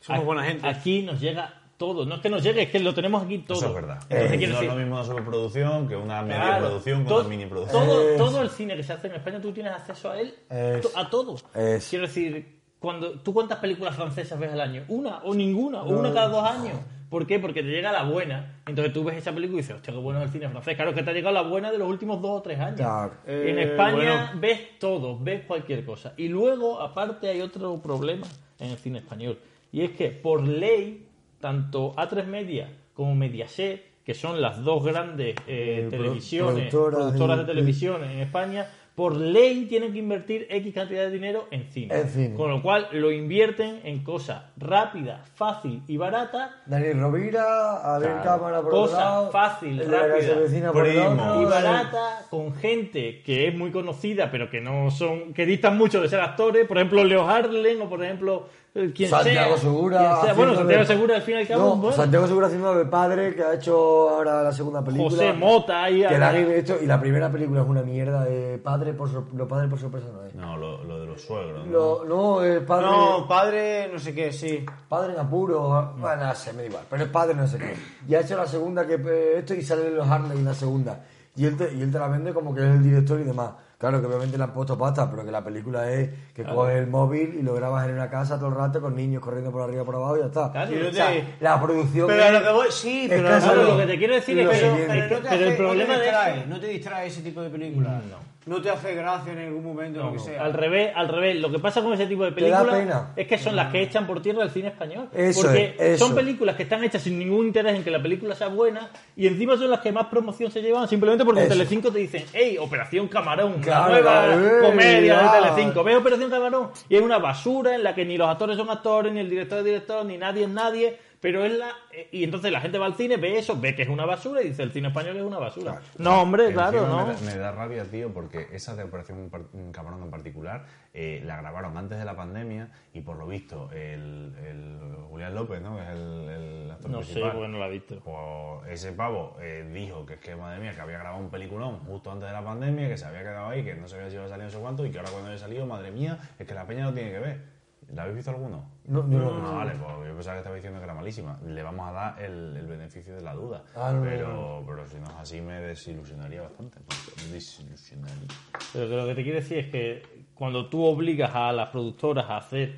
S1: Somos buena gente.
S2: Aquí nos llega todo. No es que nos llegue, es que lo tenemos aquí todo.
S3: eso es verdad Eh,
S2: Entonces,
S1: Eh,
S2: quiero
S3: no es
S2: decir,
S3: lo mismo una superproducción que una media
S2: claro,
S3: producción con
S2: to-
S3: una mini producción
S2: Todo, todo el cine que se hace en España, tú tienes acceso a él,
S4: Es-
S2: to- a todo.
S4: es-
S2: Quiero decir, cuando ¿tú cuántas películas francesas ves al año? Una o ninguna, o una cada dos años. ¿Por qué? Porque te llega la buena. Entonces tú ves esa película y dices, hostia, qué bueno es el cine francés. Claro que te ha llegado la buena de los últimos dos o tres años.
S4: Claro.
S2: En
S1: Eh,
S2: España
S1: bueno.
S2: ves todo, ves cualquier cosa. Y luego, aparte, hay otro problema en el cine español. Y es que, por ley, tanto A3 Media como Mediaset, que son las dos grandes eh,
S4: Eh, pro-
S2: televisiones,
S4: productoras
S2: productoras,
S4: de-
S2: de, televisión en España, por ley tienen que invertir X cantidad de dinero en cine.
S4: En cine.
S2: Con lo cual, lo invierten en cosas rápidas, fácil y baratas
S4: Daniel Rovira, abrir
S2: Claro.
S4: cámara por
S2: Cosa
S4: un lado.
S2: fácil,
S4: el de la casa
S2: rápida,
S4: vecina por el
S3: primo.
S4: otro,
S2: y
S4: el-
S2: barata con gente que es muy conocida pero que no son que distan mucho de ser actores por ejemplo Leo Harlem o por ejemplo eh, quien
S4: Santiago
S2: sea,
S4: Segura.
S2: quien sea. bueno
S4: haciendo
S2: Santiago
S4: de-
S2: Segura al fin y al cabo
S4: No,
S2: bueno,
S4: Santiago Segura haciendo de padre, que ha hecho ahora la segunda película.
S2: José Mota ahí
S4: Que
S2: a-
S4: la han hecho, y la primera película es una mierda de padre por, sor- lo padre por sorpresa no es.
S3: no lo, lo de los suegros ¿no?
S4: Lo- no, es padre,
S1: No, padre, no sé qué, sí.
S4: padre en apuro,
S1: Mm.
S4: bueno, no sé, me da igual, pero es padre no sé qué. Y ha hecho la segunda que eh, esto y sale los Harley en la segunda. Y él, te, y él te la vende como que es el director y demás. Claro que obviamente le han puesto pasta, pero que la película es que coges el móvil y lo grabas en una casa todo el rato con niños corriendo por arriba y por abajo y ya está.
S2: Claro.
S1: Y yo
S4: O sea,
S1: te-
S4: la producción
S1: Pero
S4: es-
S1: a lo que voy, sí,
S4: es
S1: pero
S4: casi
S2: Claro,
S1: claro,
S2: lo que te quiero decir es
S4: Lo
S2: que,
S1: Pero,
S4: siguiente.
S1: pero no te
S2: pero
S1: hace-
S2: el problema
S1: no te
S2: de
S1: distrae,
S2: eso-
S1: no te distrae ese tipo de películas. No. te hace gracia en algún momento, lo que sea.
S2: al revés, al revés, lo que pasa con ese tipo de
S4: Te da
S2: películas
S4: pena.
S2: es que son las que echan por tierra el cine español.
S4: Eso
S2: porque
S4: es, eso.
S2: son películas que están hechas sin ningún interés en que la película sea buena y encima son las que más promoción se llevan simplemente porque en
S4: Eso.
S2: Telecinco te dicen, hey, Operación Camarón,
S4: Claro,
S2: la nueva
S4: claro, eh,
S2: comedia de
S4: ah.
S2: Telecinco, ve Operación Camarón y es una basura en la que ni los actores son actores, ni el director es director, ni nadie es nadie. Pero es la. eh, Y entonces la gente va al cine, ve eso, ve que es una basura y dice: el cine español es una basura. No, hombre,
S3: Encima
S2: claro, no.
S3: Me da, me da rabia, tío, porque esa de Operación Par- Camarón en particular eh, la grabaron antes de la pandemia y por lo visto el, el Julián López, ¿no? Que es el, el actor
S2: No sé,
S3: principal.
S2: porque no la he visto.
S3: Pues ese pavo eh, dijo que es que, madre mía, que había grabado un peliculón justo antes de la pandemia, que se había quedado ahí, que no sabía si iba a salir no sé cuánto y que ahora cuando haya salido, madre mía, es que la peña no tiene que ver. ¿La habéis visto alguno?
S4: No, yo no.
S3: Ah, vale, pues yo pensaba que estaba diciendo que era malísima. Le vamos a dar el, el beneficio de la duda.
S4: Ah, no,
S3: pero, pero si no es así, me desilusionaría bastante. Me desilusionaría.
S2: Pero que lo que te quiero decir es que cuando tú obligas a las productoras a hacer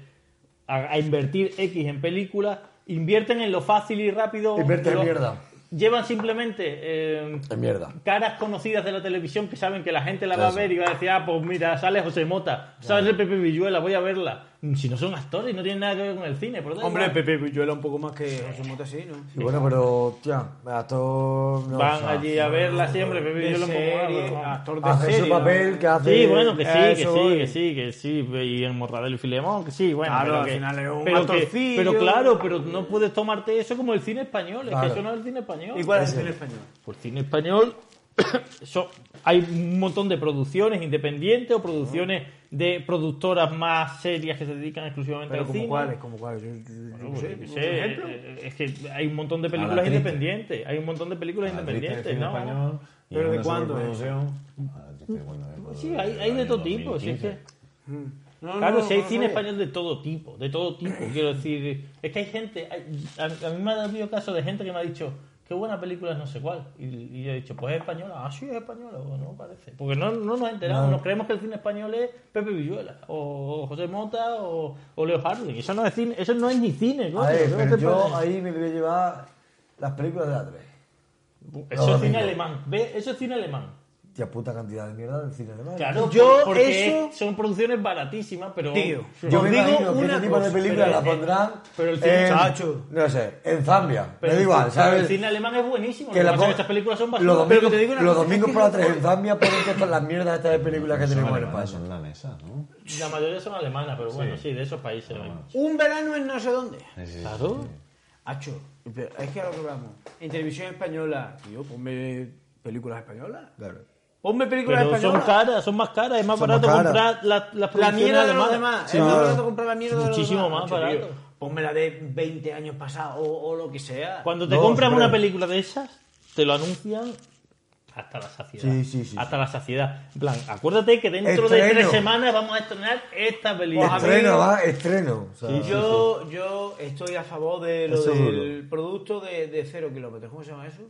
S2: a, a invertir X en películas, invierten en lo fácil y rápido.
S4: Invierten en
S2: lo-
S4: mierda.
S2: Llevan simplemente eh,
S4: Es mierda.
S2: caras conocidas de la televisión que saben que la gente la va a ver y va a decir, ah, pues mira, sale José Mota, sale Pepe Villuela, voy a verla. si no son actores, no tienen nada que ver con el cine. Por lo tanto,
S1: Hombre,
S2: igual,
S1: Pepe Villuela un poco más que José Mota, sí, ¿no?
S4: Y bueno, pero, tía, actor. no,
S2: van
S4: o sea,
S2: allí a verla siempre. Pepe
S1: De
S2: Villuela un poco más,
S1: serie,
S2: pero vamos.
S1: actor de
S4: Hace su
S1: serie, ¿no?
S4: papel que hace.
S2: Sí, bueno, que sí,
S1: a
S2: que sí,
S1: eso voy.
S2: que sí, que sí, y el Mortadelo y Filemón, que sí, bueno.
S1: Claro,
S2: pero
S1: al
S2: que-
S1: final es un
S2: pero, que-
S1: actorcillo.
S2: pero claro, pero no puedes tomarte eso como el cine español, es que
S4: Claro.
S2: eso no es el cine español.
S1: ¿Y cuál es el cine español?
S2: Por cine español son- hay un montón de producciones independientes o producciones de productoras más serias que se dedican exclusivamente
S1: Pero
S2: al
S1: como
S2: cine.
S1: cuáles, como cuáles. Yo, yo- yo
S2: Bueno,
S1: qué sé,
S2: pues, yo qué
S1: ¿por
S2: sé,
S1: ejemplo?
S2: eh, es que hay un montón de películas
S3: triste.
S2: independientes, hay un montón de películas independientes, ¿no? Mm.
S1: ¿Pero de cuándo es?
S2: Sí, hay, hay de todo tipo, sí, es que-
S1: No, no,
S2: Claro,
S1: no,
S2: si hay
S1: no
S2: cine
S1: sabía.
S2: español de todo tipo, de todo tipo, quiero decir. Es que hay gente, hay- a, a mí me ha dado caso de gente que me ha dicho, qué buena película es no sé cuál. Y, y yo he dicho, pues es española. Ah, sí, es española, o no parece. Porque no, no nos enteramos, nos creemos que el cine español es Pepe Villuela, o, o José Mota, o, o Leo Harling. Eso no es cine, eso no es ni cine, coño.
S4: A ver,
S2: ¿qué
S4: pero
S2: te
S4: yo
S2: pasa?
S4: ahí me quería llevar las películas de la 3.
S2: Eso es cine
S4: Domingo.
S2: alemán, ve, eso es cine alemán.
S4: Tía, puta cantidad de mierda del cine alemán.
S2: Claro,
S1: Yo
S2: porque
S1: eso-
S2: son producciones baratísimas, pero...
S1: Tío,
S4: Yo
S1: Os
S4: me
S1: digo
S4: imagino que
S1: una
S4: este tipo de
S1: cosa,
S4: películas
S2: pero
S4: la
S2: el-
S4: pondrán.
S2: pero el cine-
S4: en-
S1: Chacho.
S4: No sé, en Zambia.
S2: Pero
S4: me da
S2: el-
S4: igual,
S2: pero
S4: ¿sabes?
S2: El cine alemán es buenísimo.
S4: Que
S2: lo
S4: la
S2: que pasa es que
S4: pon-
S2: estas películas son
S4: los
S2: basura.
S1: Pero
S4: domingos,
S1: que te digo una
S4: los
S1: cosa, es
S4: domingos
S1: que
S4: por la
S1: no
S4: 3 en Zambia pueden todas las mierdas estas de películas que tenemos en España.
S3: Son danesas, ¿no?
S2: La mayoría son alemanas, pero bueno, sí, de esos países. ¿no?
S1: Un verano en no sé dónde.
S3: Sí, sí, sí.
S4: Ah,
S2: Claro.
S1: Hacho, pero es que ahora lo hablamos. En televisión española, tío, ponme películas españolas.
S4: Claro.
S1: Ponme películas
S2: Pero son
S1: españolas.
S2: caras, son más caras. Es más
S4: Son más
S2: barato
S4: caras.
S2: comprar la- las
S1: la
S2: producciones
S1: mierda de los
S2: alemanas.
S1: demás.
S4: Sí,
S1: es más
S4: claro.
S1: barato comprar la mierda de los
S2: Muchísimo
S1: demás.
S2: más
S1: Hacho,
S2: barato.
S1: tío, Ponme la de 20 años pasado o, o lo que sea.
S2: Cuando te
S4: No,
S2: compras
S4: hombre.
S2: una película de esas, te lo anuncian hasta la saciedad.
S4: Sí, sí, sí,
S2: hasta la saciedad. En plan, acuérdate que dentro de
S4: Estreno.
S2: tres semanas vamos a estrenar esta película.
S1: Pues a mí-
S4: Estreno, va, estreno. O sea,
S1: yo, yo estoy a favor de lo
S4: Eso es
S1: del producto de, de cero kilómetros. ¿Cómo se llama eso?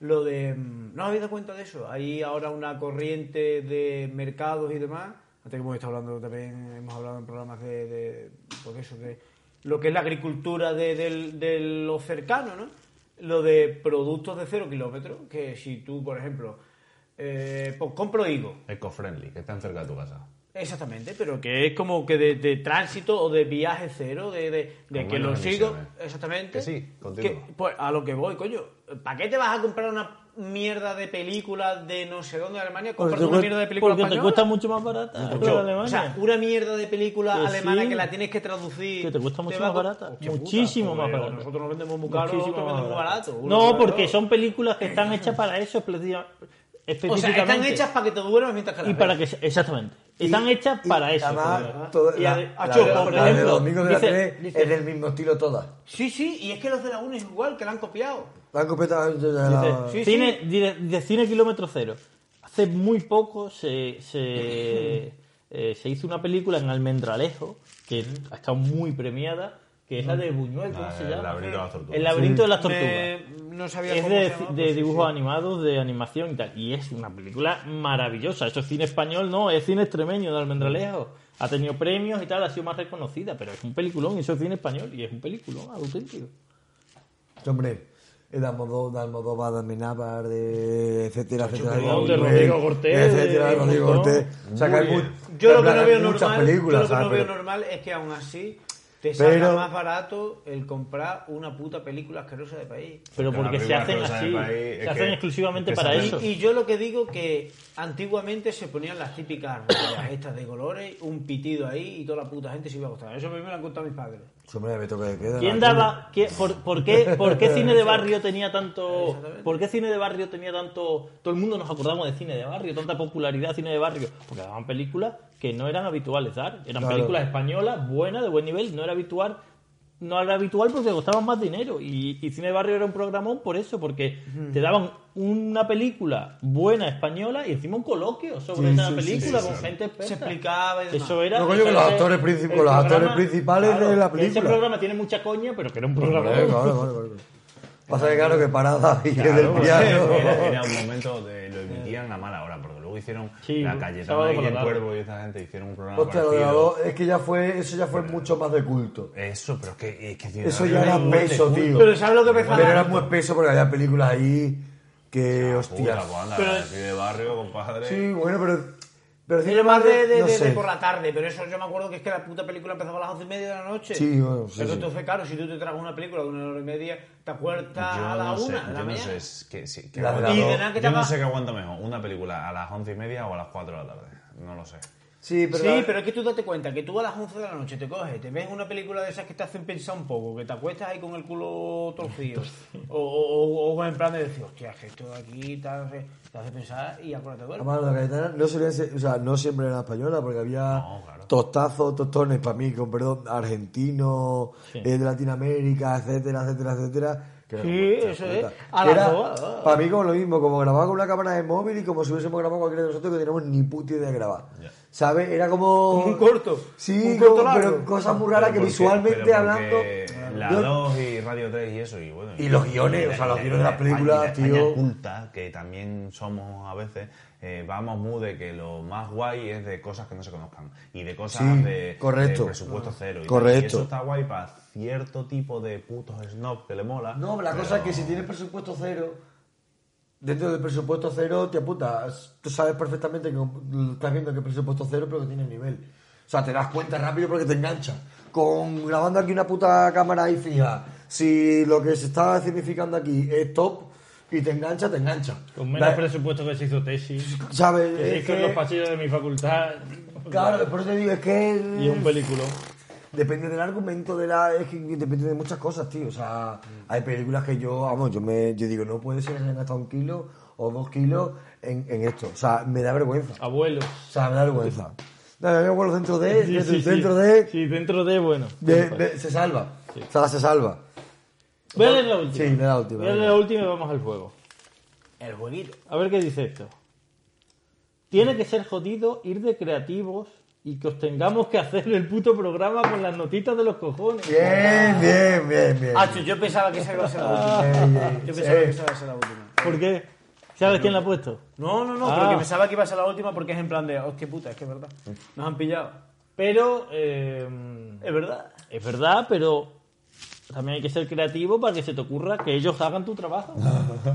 S1: Lo de. mm, ¿No os habéis dado cuenta de eso? Hay ahora una corriente de mercados y demás. Antes que hemos estado hablando también, hemos hablado en programas de. de pues eso, de lo que es la agricultura de, del- de lo cercano, ¿no? Lo de productos de cero kilómetros. Que si tú, por ejemplo, eh, pues compro higo.
S3: Eco-friendly, que están cerca de tu casa.
S1: Exactamente, pero que es como que de, de tránsito o de viaje cero, de, de, de
S3: Con
S1: que lo
S3: menos
S1: sigo.
S3: emisiones.
S1: Exactamente.
S3: Que sí, continúa.
S1: Que, pues a lo que voy, coño. ¿Para qué te vas a comprar una mierda de película de no sé dónde de Alemania?
S2: Pues
S1: Comprate
S4: Porque te
S1: una
S4: cuesta-
S1: mierda de película
S2: Porque te
S1: española.
S2: cuesta mucho más barata.
S1: Yo,
S2: la de Alemania.
S1: o sea, una mierda de película
S2: Que
S1: alemana
S2: sí.
S1: que la tienes que traducir.
S2: Que te cuesta mucho
S1: va a
S2: más
S1: co-
S2: barata.
S1: Hostia puta,
S2: Muchísimo
S1: joder,
S2: más barata.
S1: Nosotros nos vendemos muy caro,
S2: Muchísimo
S1: nosotros
S2: más
S1: vendemos
S2: barato.
S1: barato.
S2: No, porque son películas que están hechas para eso específica-
S1: O
S2: específicamente.
S1: sea, están hechas para que te duermas mientras que las
S2: y para
S1: ves.
S2: que se- exactamente.
S4: Y-
S2: Están hechas
S4: y
S2: para eso.
S4: Además,
S2: pero-
S4: toda-
S1: Y
S4: la,
S1: ade-
S4: la
S1: Acho,
S4: de-
S1: por
S4: la de
S2: ejemplo,
S4: los domingos de la
S2: dice-
S4: 3
S2: dice-
S4: es del mismo estilo todas.
S1: Sí, sí, y es que los de la UNE es igual, que la han copiado.
S4: La copeta.
S1: Sí, sí.
S2: Cine- dire- de cine kilómetro cero. Hace muy poco se, se, eh, se hizo una película en Almendralejo que
S4: Mm.
S2: ha estado muy premiada, que es la de Buñuel, ¿cómo
S3: La-
S2: se
S3: Ah, el
S2: llama?
S3: laberinto de las tortugas.
S2: El laberinto de las tortugas.
S1: Me- no sabía
S2: es
S1: cómo
S2: de,
S1: se llamaba,
S2: de
S1: pues sí,
S2: dibujos
S1: sí.
S2: animados, de animación y tal. Y es una película maravillosa. Eso es cine español, no, es cine extremeño de Almendralejo. Ha tenido premios y tal, ha sido más reconocida, pero es un peliculón y eso es cine español y es un peliculón auténtico.
S4: Hombre, de Almodó- de Almodóvar, de Amenábar, de etcétera, etcétera.
S2: cuidado, de
S4: Buñuel,
S2: Rodrigo Cortés,
S4: Etcétera,
S2: de
S4: de Rodrigo
S2: Montón.
S4: Cortés. O sea, que hay
S3: Muy
S4: mu-
S3: bien.
S1: Yo lo
S4: en
S1: que
S4: plan,
S1: no
S4: hay
S1: veo
S4: muchas
S1: normal,
S4: películas,
S1: yo lo que
S4: ¿sabes?
S1: no veo
S4: Pero-
S1: normal es que aún así te salga
S4: Pero-
S1: más barato el comprar una puta película asquerosa de país.
S2: Pero
S3: Claro,
S2: porque se
S3: igual,
S2: hacen
S3: pero
S2: así,
S3: saben para ahí,
S2: se
S3: es
S2: hacen
S3: que-
S2: exclusivamente
S3: es que
S2: para
S3: saben-
S2: eso.
S1: Y yo lo que digo que antiguamente se ponían las típicas rayas estas de colores, un pitido ahí y toda la puta gente se iba a gustar. Eso a mí me lo han contado mis padres.
S4: Hombre, me toca de queda.
S2: ¿Quién
S4: la-
S2: daba? qué- por, por qué, por qué cine de barrio tenía tanto? ¿Por qué cine de barrio tenía tanto? Todo el mundo nos acordamos de cine de barrio, tanta popularidad cine de barrio, porque daban películas que no eran habituales dar, eran
S4: Claro.
S2: películas españolas buenas de buen nivel, no era habitual, no era habitual porque costaban más dinero y, y cine de barrio era un programón por eso, porque te daban una película buena española y encima un coloquio sobre
S4: Sí,
S2: esa
S4: sí, sí,
S2: película
S3: sí,
S2: con
S3: sí.
S2: gente experta.
S1: Se explicaba y demás.
S2: Eso era.
S4: No, coño, que
S2: eso
S4: los
S2: era-
S4: actores princip- los actores principales de la
S2: Ese
S4: película.
S2: programa tiene mucha coña, pero que era un programa.
S4: Hombre, claro, claro, claro. Pasa que claro que parada y es del
S3: Era,
S4: piano.
S3: era un momento de lo emitían a mala hora, porque luego hicieron
S2: Sí,
S3: la
S2: sábado
S3: Cayetana
S2: por
S3: y
S2: la
S3: el
S2: tarde.
S3: Cuervo y esta gente hicieron un programa
S4: Hostia, lo de la
S3: parecido.
S4: dos, es que ya fue, eso ya fue mucho más de culto.
S3: Eso, pero es que... Es que tío,
S4: Eso
S3: era
S4: ya era
S3: un golpe
S4: peso,
S3: fuerte.
S4: tío.
S1: Pero ¿sabes lo que me
S4: Pero era
S1: falta?
S4: muy peso porque había películas ahí que,
S3: Puta,
S4: hostias.
S3: pues anda,
S1: Pero-
S3: la de Cine de barrio, compadre.
S4: Sí, bueno, pero, Pero
S1: Era más de, de-
S4: no
S1: de-
S4: sé.
S1: de por la tarde, pero eso yo me acuerdo que es que la puta película empezaba a las once y media de la noche.
S4: Sí, bueno, sí,
S1: Pero
S4: sí.
S1: entonces, claro, si tú te tragas una película de una hora y media, te acuerdas
S3: Yo
S1: a la
S3: no sé,
S1: una de la
S3: yo no
S1: mañana.
S3: sé es que, sí, que
S4: La de
S3: aguanta-
S4: la
S1: Y de nada que te
S3: yo no
S1: haga-
S3: sé qué aguanta mejor, una película a las once y media o a las 4 de la tarde, no lo sé.
S4: Sí, pero,
S1: sí,
S4: la-
S1: pero es que tú date cuenta que tú a las 11 de la noche te coges, te ves una película de esas que te hacen pensar un poco, que te acuestas ahí con el culo torcido, o, o, o- o en plan de decir, hostia, que esto de aquí tal, no sé, te hace pensar y acuérdate, bueno.
S4: Además, la Cayetana no solía ser- o sea, no siempre era española, porque había
S3: No, claro.
S4: tostazos, tostones para mí, con perdón, argentinos, eh, de Latinoamérica, etcétera, etcétera, etcétera. que era
S1: Sí,
S4: como, hostia,
S1: eso
S4: puta.
S1: es. A las
S4: Era,
S1: dos, ah.
S4: Para mí como lo mismo, como grababa con una cámara de móvil y como si hubiésemos grabado cualquiera de nosotros que teníamos ni puta idea de grabar. ¿Sabes? Era como...
S1: Como un corto,
S4: Sí,
S1: un corto
S4: como-
S1: largo.
S4: pero cosas muy raras
S3: Pero
S4: que
S3: porque-
S4: visualmente
S3: pero
S4: hablando...
S3: porque La
S4: yo-
S3: 2 y Radio 3 y eso, y bueno.
S4: Y los guiones,
S3: la-
S4: o sea, los
S3: y
S4: guiones de las
S3: España-
S4: películas,
S3: y la España
S4: tío.
S3: culta, que también somos a veces, eh, vamos muy de que lo más guay es de cosas que no se conozcan. Y de cosas
S4: Sí,
S3: de,
S4: correcto.
S3: de
S4: Mm.
S3: presupuesto cero. y tal.
S4: Correcto.
S3: Y eso está guay para cierto tipo de putos snob que le mola.
S4: No, la
S3: pero-
S4: cosa es que si tienes presupuesto cero, dentro del presupuesto cero te apuntas. Tú sabes perfectamente que estás viendo que es presupuesto cero, pero que tiene nivel. O sea, te das cuenta rápido porque te engancha. Con grabando aquí una puta cámara ahí fija, si lo que se está significando aquí es top y te engancha, te engancha.
S2: Con menos
S4: Da-
S2: presupuesto que se hizo tesis.
S4: ¿Sabes?
S2: Que se
S4: Es
S2: hizo en
S4: que-
S2: los pasillos de mi facultad.
S4: claro, por eso te digo, es que.
S2: Y es un película.
S4: Depende del argumento, de la, es que depende de muchas cosas, tío. O sea, hay películas que yo, vamos, yo me yo digo, no puede ser que se hayan gastado un kilo o dos kilos en, en esto. O sea, me da vergüenza.
S2: Abuelos.
S4: O sea, me da vergüenza. No, yo me acuerdo dentro de,
S2: Sí,
S4: dentro,
S2: sí, sí.
S4: dentro de,
S2: Sí, dentro de, bueno.
S4: de- de- se salva. O sea, se salva.
S2: Voy a leer la última.
S4: Sí, lee la última,
S2: Voy a leer la última y vamos al juego.
S1: el jueguito.
S2: A ver qué dice esto. Tiene que ser jodido ir de creativos y que os tengamos que hacer el puto programa con las notitas de los cojones.
S4: Bien, bien, bien, bien.
S1: Acho, Ah, yo pensaba que esa iba a ser la
S4: Eh,
S1: última.
S4: eh,
S1: Yo pensaba
S4: eh.
S1: que esa iba a ser la última.
S2: ¿Por qué? ¿Sabes quién la ha puesto?
S1: No, no, no,
S2: Ah.
S1: pero que pensaba que iba a ser la última porque es en plan de, hostia puta, es que es verdad. Nos han pillado.
S2: Pero eh,
S4: Mm.
S1: Es verdad.
S2: es verdad, pero también hay que ser creativo para que se te ocurra que ellos hagan tu trabajo.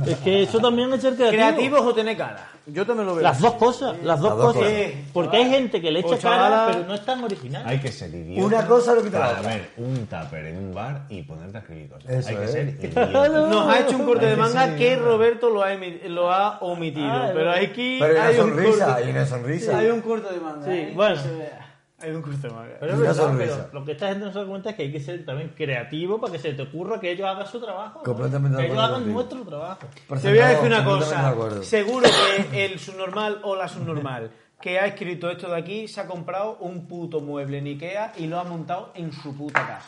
S2: es que eso también es ser creativo.
S1: ¿Creativos o tener cara? Yo también lo veo.
S2: Las dos cosas, las dos
S4: Las dos
S2: cosas.
S1: cosas.
S2: Porque hay gente que le
S1: pues. O
S2: echa cara,
S1: chavala.
S2: pero no es tan original.
S3: Hay que ser idiota.
S4: Una cosa lo quita la
S3: para
S4: otra.
S3: ver un tupper en un bar y ponerte a escribir cosas.
S4: Eso
S3: Hay que
S4: es.
S3: ser idiota.
S1: Nos ha hecho un corte de manga
S3: Sí.
S1: que Roberto lo ha, emi- lo ha omitido.
S2: Ah, es
S1: pero
S2: verdad.
S1: aquí
S4: Pero hay una
S1: hay un
S4: sonrisa,
S1: corte.
S4: hay una sonrisa.
S1: Hay un corte de manga.
S2: Sí,
S1: ¿eh?
S2: bueno.
S1: Que se vea. Hay un corte de manga.
S2: Pero es
S4: Y una
S2: verdad,
S4: sonrisa.
S2: pero lo que esta gente no se da cuenta es que hay que ser también creativo para que se te ocurra que ellos hagan su trabajo. ¿no?
S4: Completamente de
S2: Que ellos
S4: acuerdo
S2: hagan
S4: contigo.
S2: nuestro trabajo.
S1: Te voy a decir una
S4: Completamente de
S1: cosa.
S4: acuerdo.
S1: Seguro que el subnormal o la subnormal que ha escrito esto de aquí se ha comprado un puto mueble en Ikea y lo ha montado en su puta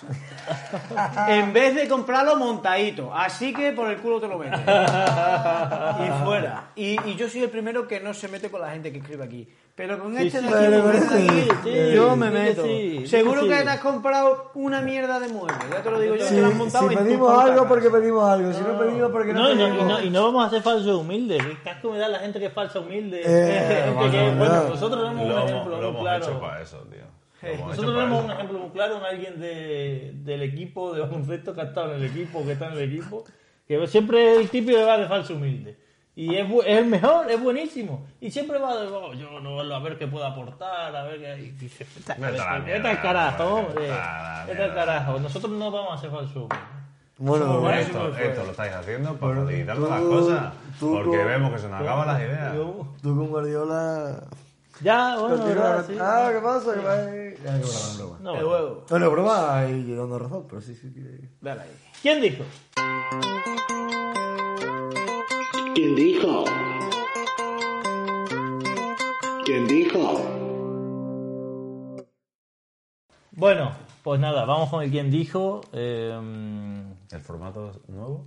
S1: casa. en vez de comprarlo montadito. Así que por el culo te lo metes. y fuera. Y, y yo soy el primero que no se mete con la gente que escribe aquí. Pero con
S2: Sí,
S1: este
S2: sí,
S1: de aquí,
S4: sí,
S1: con este de
S4: sí,
S1: aquí,
S2: sí,
S1: yo
S2: sí,
S1: me
S2: sí,
S1: meto.
S2: sí, sí,
S1: Seguro
S2: sí.
S1: que te has comprado una mierda de mueble. Ya te lo digo yo,
S4: Sí,
S1: que lo has montado
S4: si
S1: en tu
S4: pedimos
S1: puta
S4: algo, porque
S1: casa.
S4: pedimos algo. Si no pedimos, porque no,
S2: No, y no,
S4: pedimos.
S2: y no- y no vamos a ser falsos humildes. ¿Qué casco me da la gente que es falsa humilde?
S4: Eh,
S2: Gente
S4: bueno,
S2: que- bueno,
S4: verdad.
S2: nosotros tenemos un
S3: Lo hemos,
S2: ejemplo
S3: lo
S2: muy
S3: hemos hecho
S2: claro.
S3: para eso, tío. Lo hemos
S2: Nosotros
S3: hecho para
S2: tenemos un
S3: eso.
S2: ejemplo muy claro en alguien de, del equipo, de baloncesto que ha estado en el equipo, que está en el equipo, que siempre es el típico que va de falso humilde. Y es, bu- es el mejor, es buenísimo. Y siempre va de, "Oh, yo no a ver qué puedo aportar, a ver qué... y dice, Vete
S3: Vete a la
S2: al
S3: mierda,
S2: carajo, hombre.
S3: vete a la
S2: Vete al
S3: mierda".
S2: carajo. Nosotros no vamos a ser falso humildes.
S4: Bueno,
S3: Bueno,
S4: bueno.
S3: esto, esto lo estáis haciendo para facilitar
S4: tú-
S3: las cosas.
S4: tú
S3: Porque
S4: con-
S3: vemos que se nos acaban las ideas.
S2: Yo-
S4: Tú con Guardiola.
S2: Ya, bueno,
S4: Continúa.
S2: ¿verdad? Sí.
S4: ah, ¿qué pasa? ¿Qué pasa? Ya, que broma, broma.
S2: No,
S1: El
S2: bueno.
S1: huevo.
S4: Bueno, broma y dando razón, pero sí, sí. que-
S1: Dale ahí.
S2: ¿Quién dijo?
S5: ¿Quién dijo? ¿Quién dijo?
S2: Bueno, pues nada, vamos con el quien dijo. em,
S3: El formato nuevo.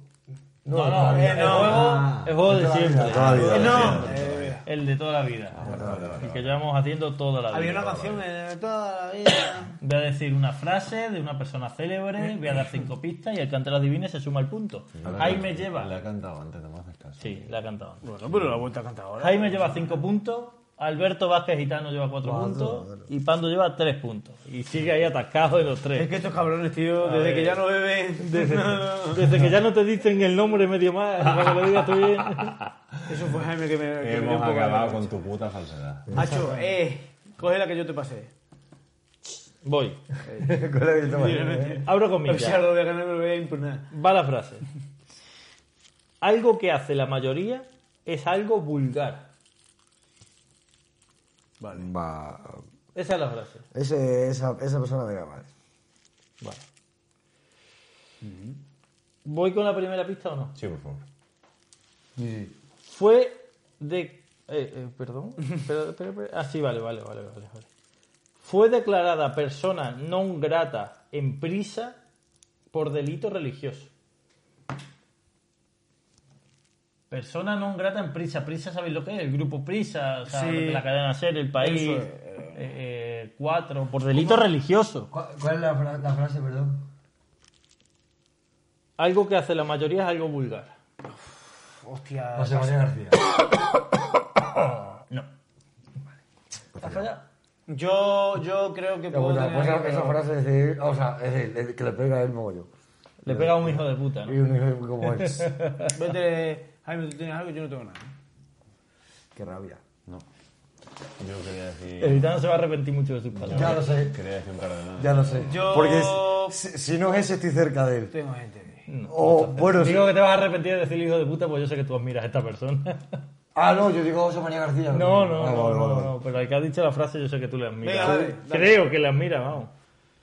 S2: No, no, el, juego, el juego de siempre.
S4: toda la vida.
S2: El de-
S1: Eh, No,
S2: El de toda la vida. El que llevamos haciendo toda la vida.
S1: había una canción en toda la vida.
S2: Voy a decir una frase de una persona célebre, voy a dar cinco pistas y el que antes la adivine se suma el punto. Jaime lleva.
S3: La he cantado antes, no me haces caso.
S2: Sí, la ha cantado.
S1: Bueno, pero la vuelta a cantar ahora.
S2: Jaime lleva cinco puntos, Alberto Vázquez Gitano lleva cuatro
S4: Cuatro,
S2: puntos
S4: cuatro.
S2: y Pando lleva tres puntos. Y sigue ahí atascado de los
S1: Es
S2: tres.
S1: que estos cabrones, tío,
S2: A
S1: desde
S2: ver.
S1: que ya no beben.
S2: Desde,
S1: No, no, no.
S2: desde que ya no te dicen el nombre medio más, para que lo digas tú bien.
S1: Eso fue Jaime que me. que me dio
S3: Hemos
S1: un poco de
S3: acabado
S1: vergüenza.
S3: con tu puta falsedad.
S1: Hacho, eh, coge la que yo te pasé.
S2: Voy.
S4: Con la ¿eh? que te vayas.
S2: Abro
S1: O
S2: comillas.
S1: sea, lo voy a ganar, me lo voy a impugnar.
S2: Va la frase. Algo que hace la mayoría es algo vulgar.
S4: Va.
S2: Esa es la frase.
S4: Ese, esa, esa persona me cae mal.
S2: Vale. ¿Voy con la primera pista o no?
S3: Sí, por favor.
S2: Fue de... eh, eh, perdón. Pero, pero- pero- ah, sí, vale, vale, vale, vale, vale. Fue declarada persona non grata en prisa por delito religioso. Persona non grata en prisa. Prisa, ¿sabéis lo que es? El grupo Prisa, o sea,
S1: Sí.
S2: la cadena ser, el país,
S1: Eso es.
S2: eh, eh, cuatro, por delito religioso.
S4: ¿Cuál, cuál es la, fra- la frase, perdón?
S2: Algo que hace la mayoría es algo vulgar.
S1: Hostia.
S4: José María García.
S2: No. ¿Ha fallado?
S1: Yo, yo creo que puedo.
S4: Puta,
S1: tener
S4: pues
S1: algo,
S4: esa, esa
S1: pero-
S4: frase es de, o sea, es de- es de- que le pega a él mogollón.
S2: Le pega a un hijo de puta,
S4: Y
S2: ¿no?
S4: un hijo como él.
S1: Vete, Jaime, tú tienes algo y yo no tengo nada.
S4: Qué rabia.
S3: Yo quería
S2: El
S3: decir.
S2: gitano se va a arrepentir mucho de sus palabras.
S4: Ya lo sé,
S3: Quería decir un cardenal.
S4: ya lo sé.
S1: Yo-
S4: Porque si, si no es ese, estoy cerca de él.
S1: Tengo gente. tío.
S4: O, bueno, sí.
S2: Digo que te vas a arrepentir de decir hijo de puta, pues yo sé que tú admiras a esta persona.
S4: Ah, no, yo digo José María García.
S2: No, no,
S4: Ah,
S2: no,
S4: vale,
S2: no,
S4: vale,
S2: no,
S4: vale.
S2: pero al que ha dicho la frase yo sé que tú le admiras.
S1: Venga, dale, dale.
S2: Creo que le admira, vamos.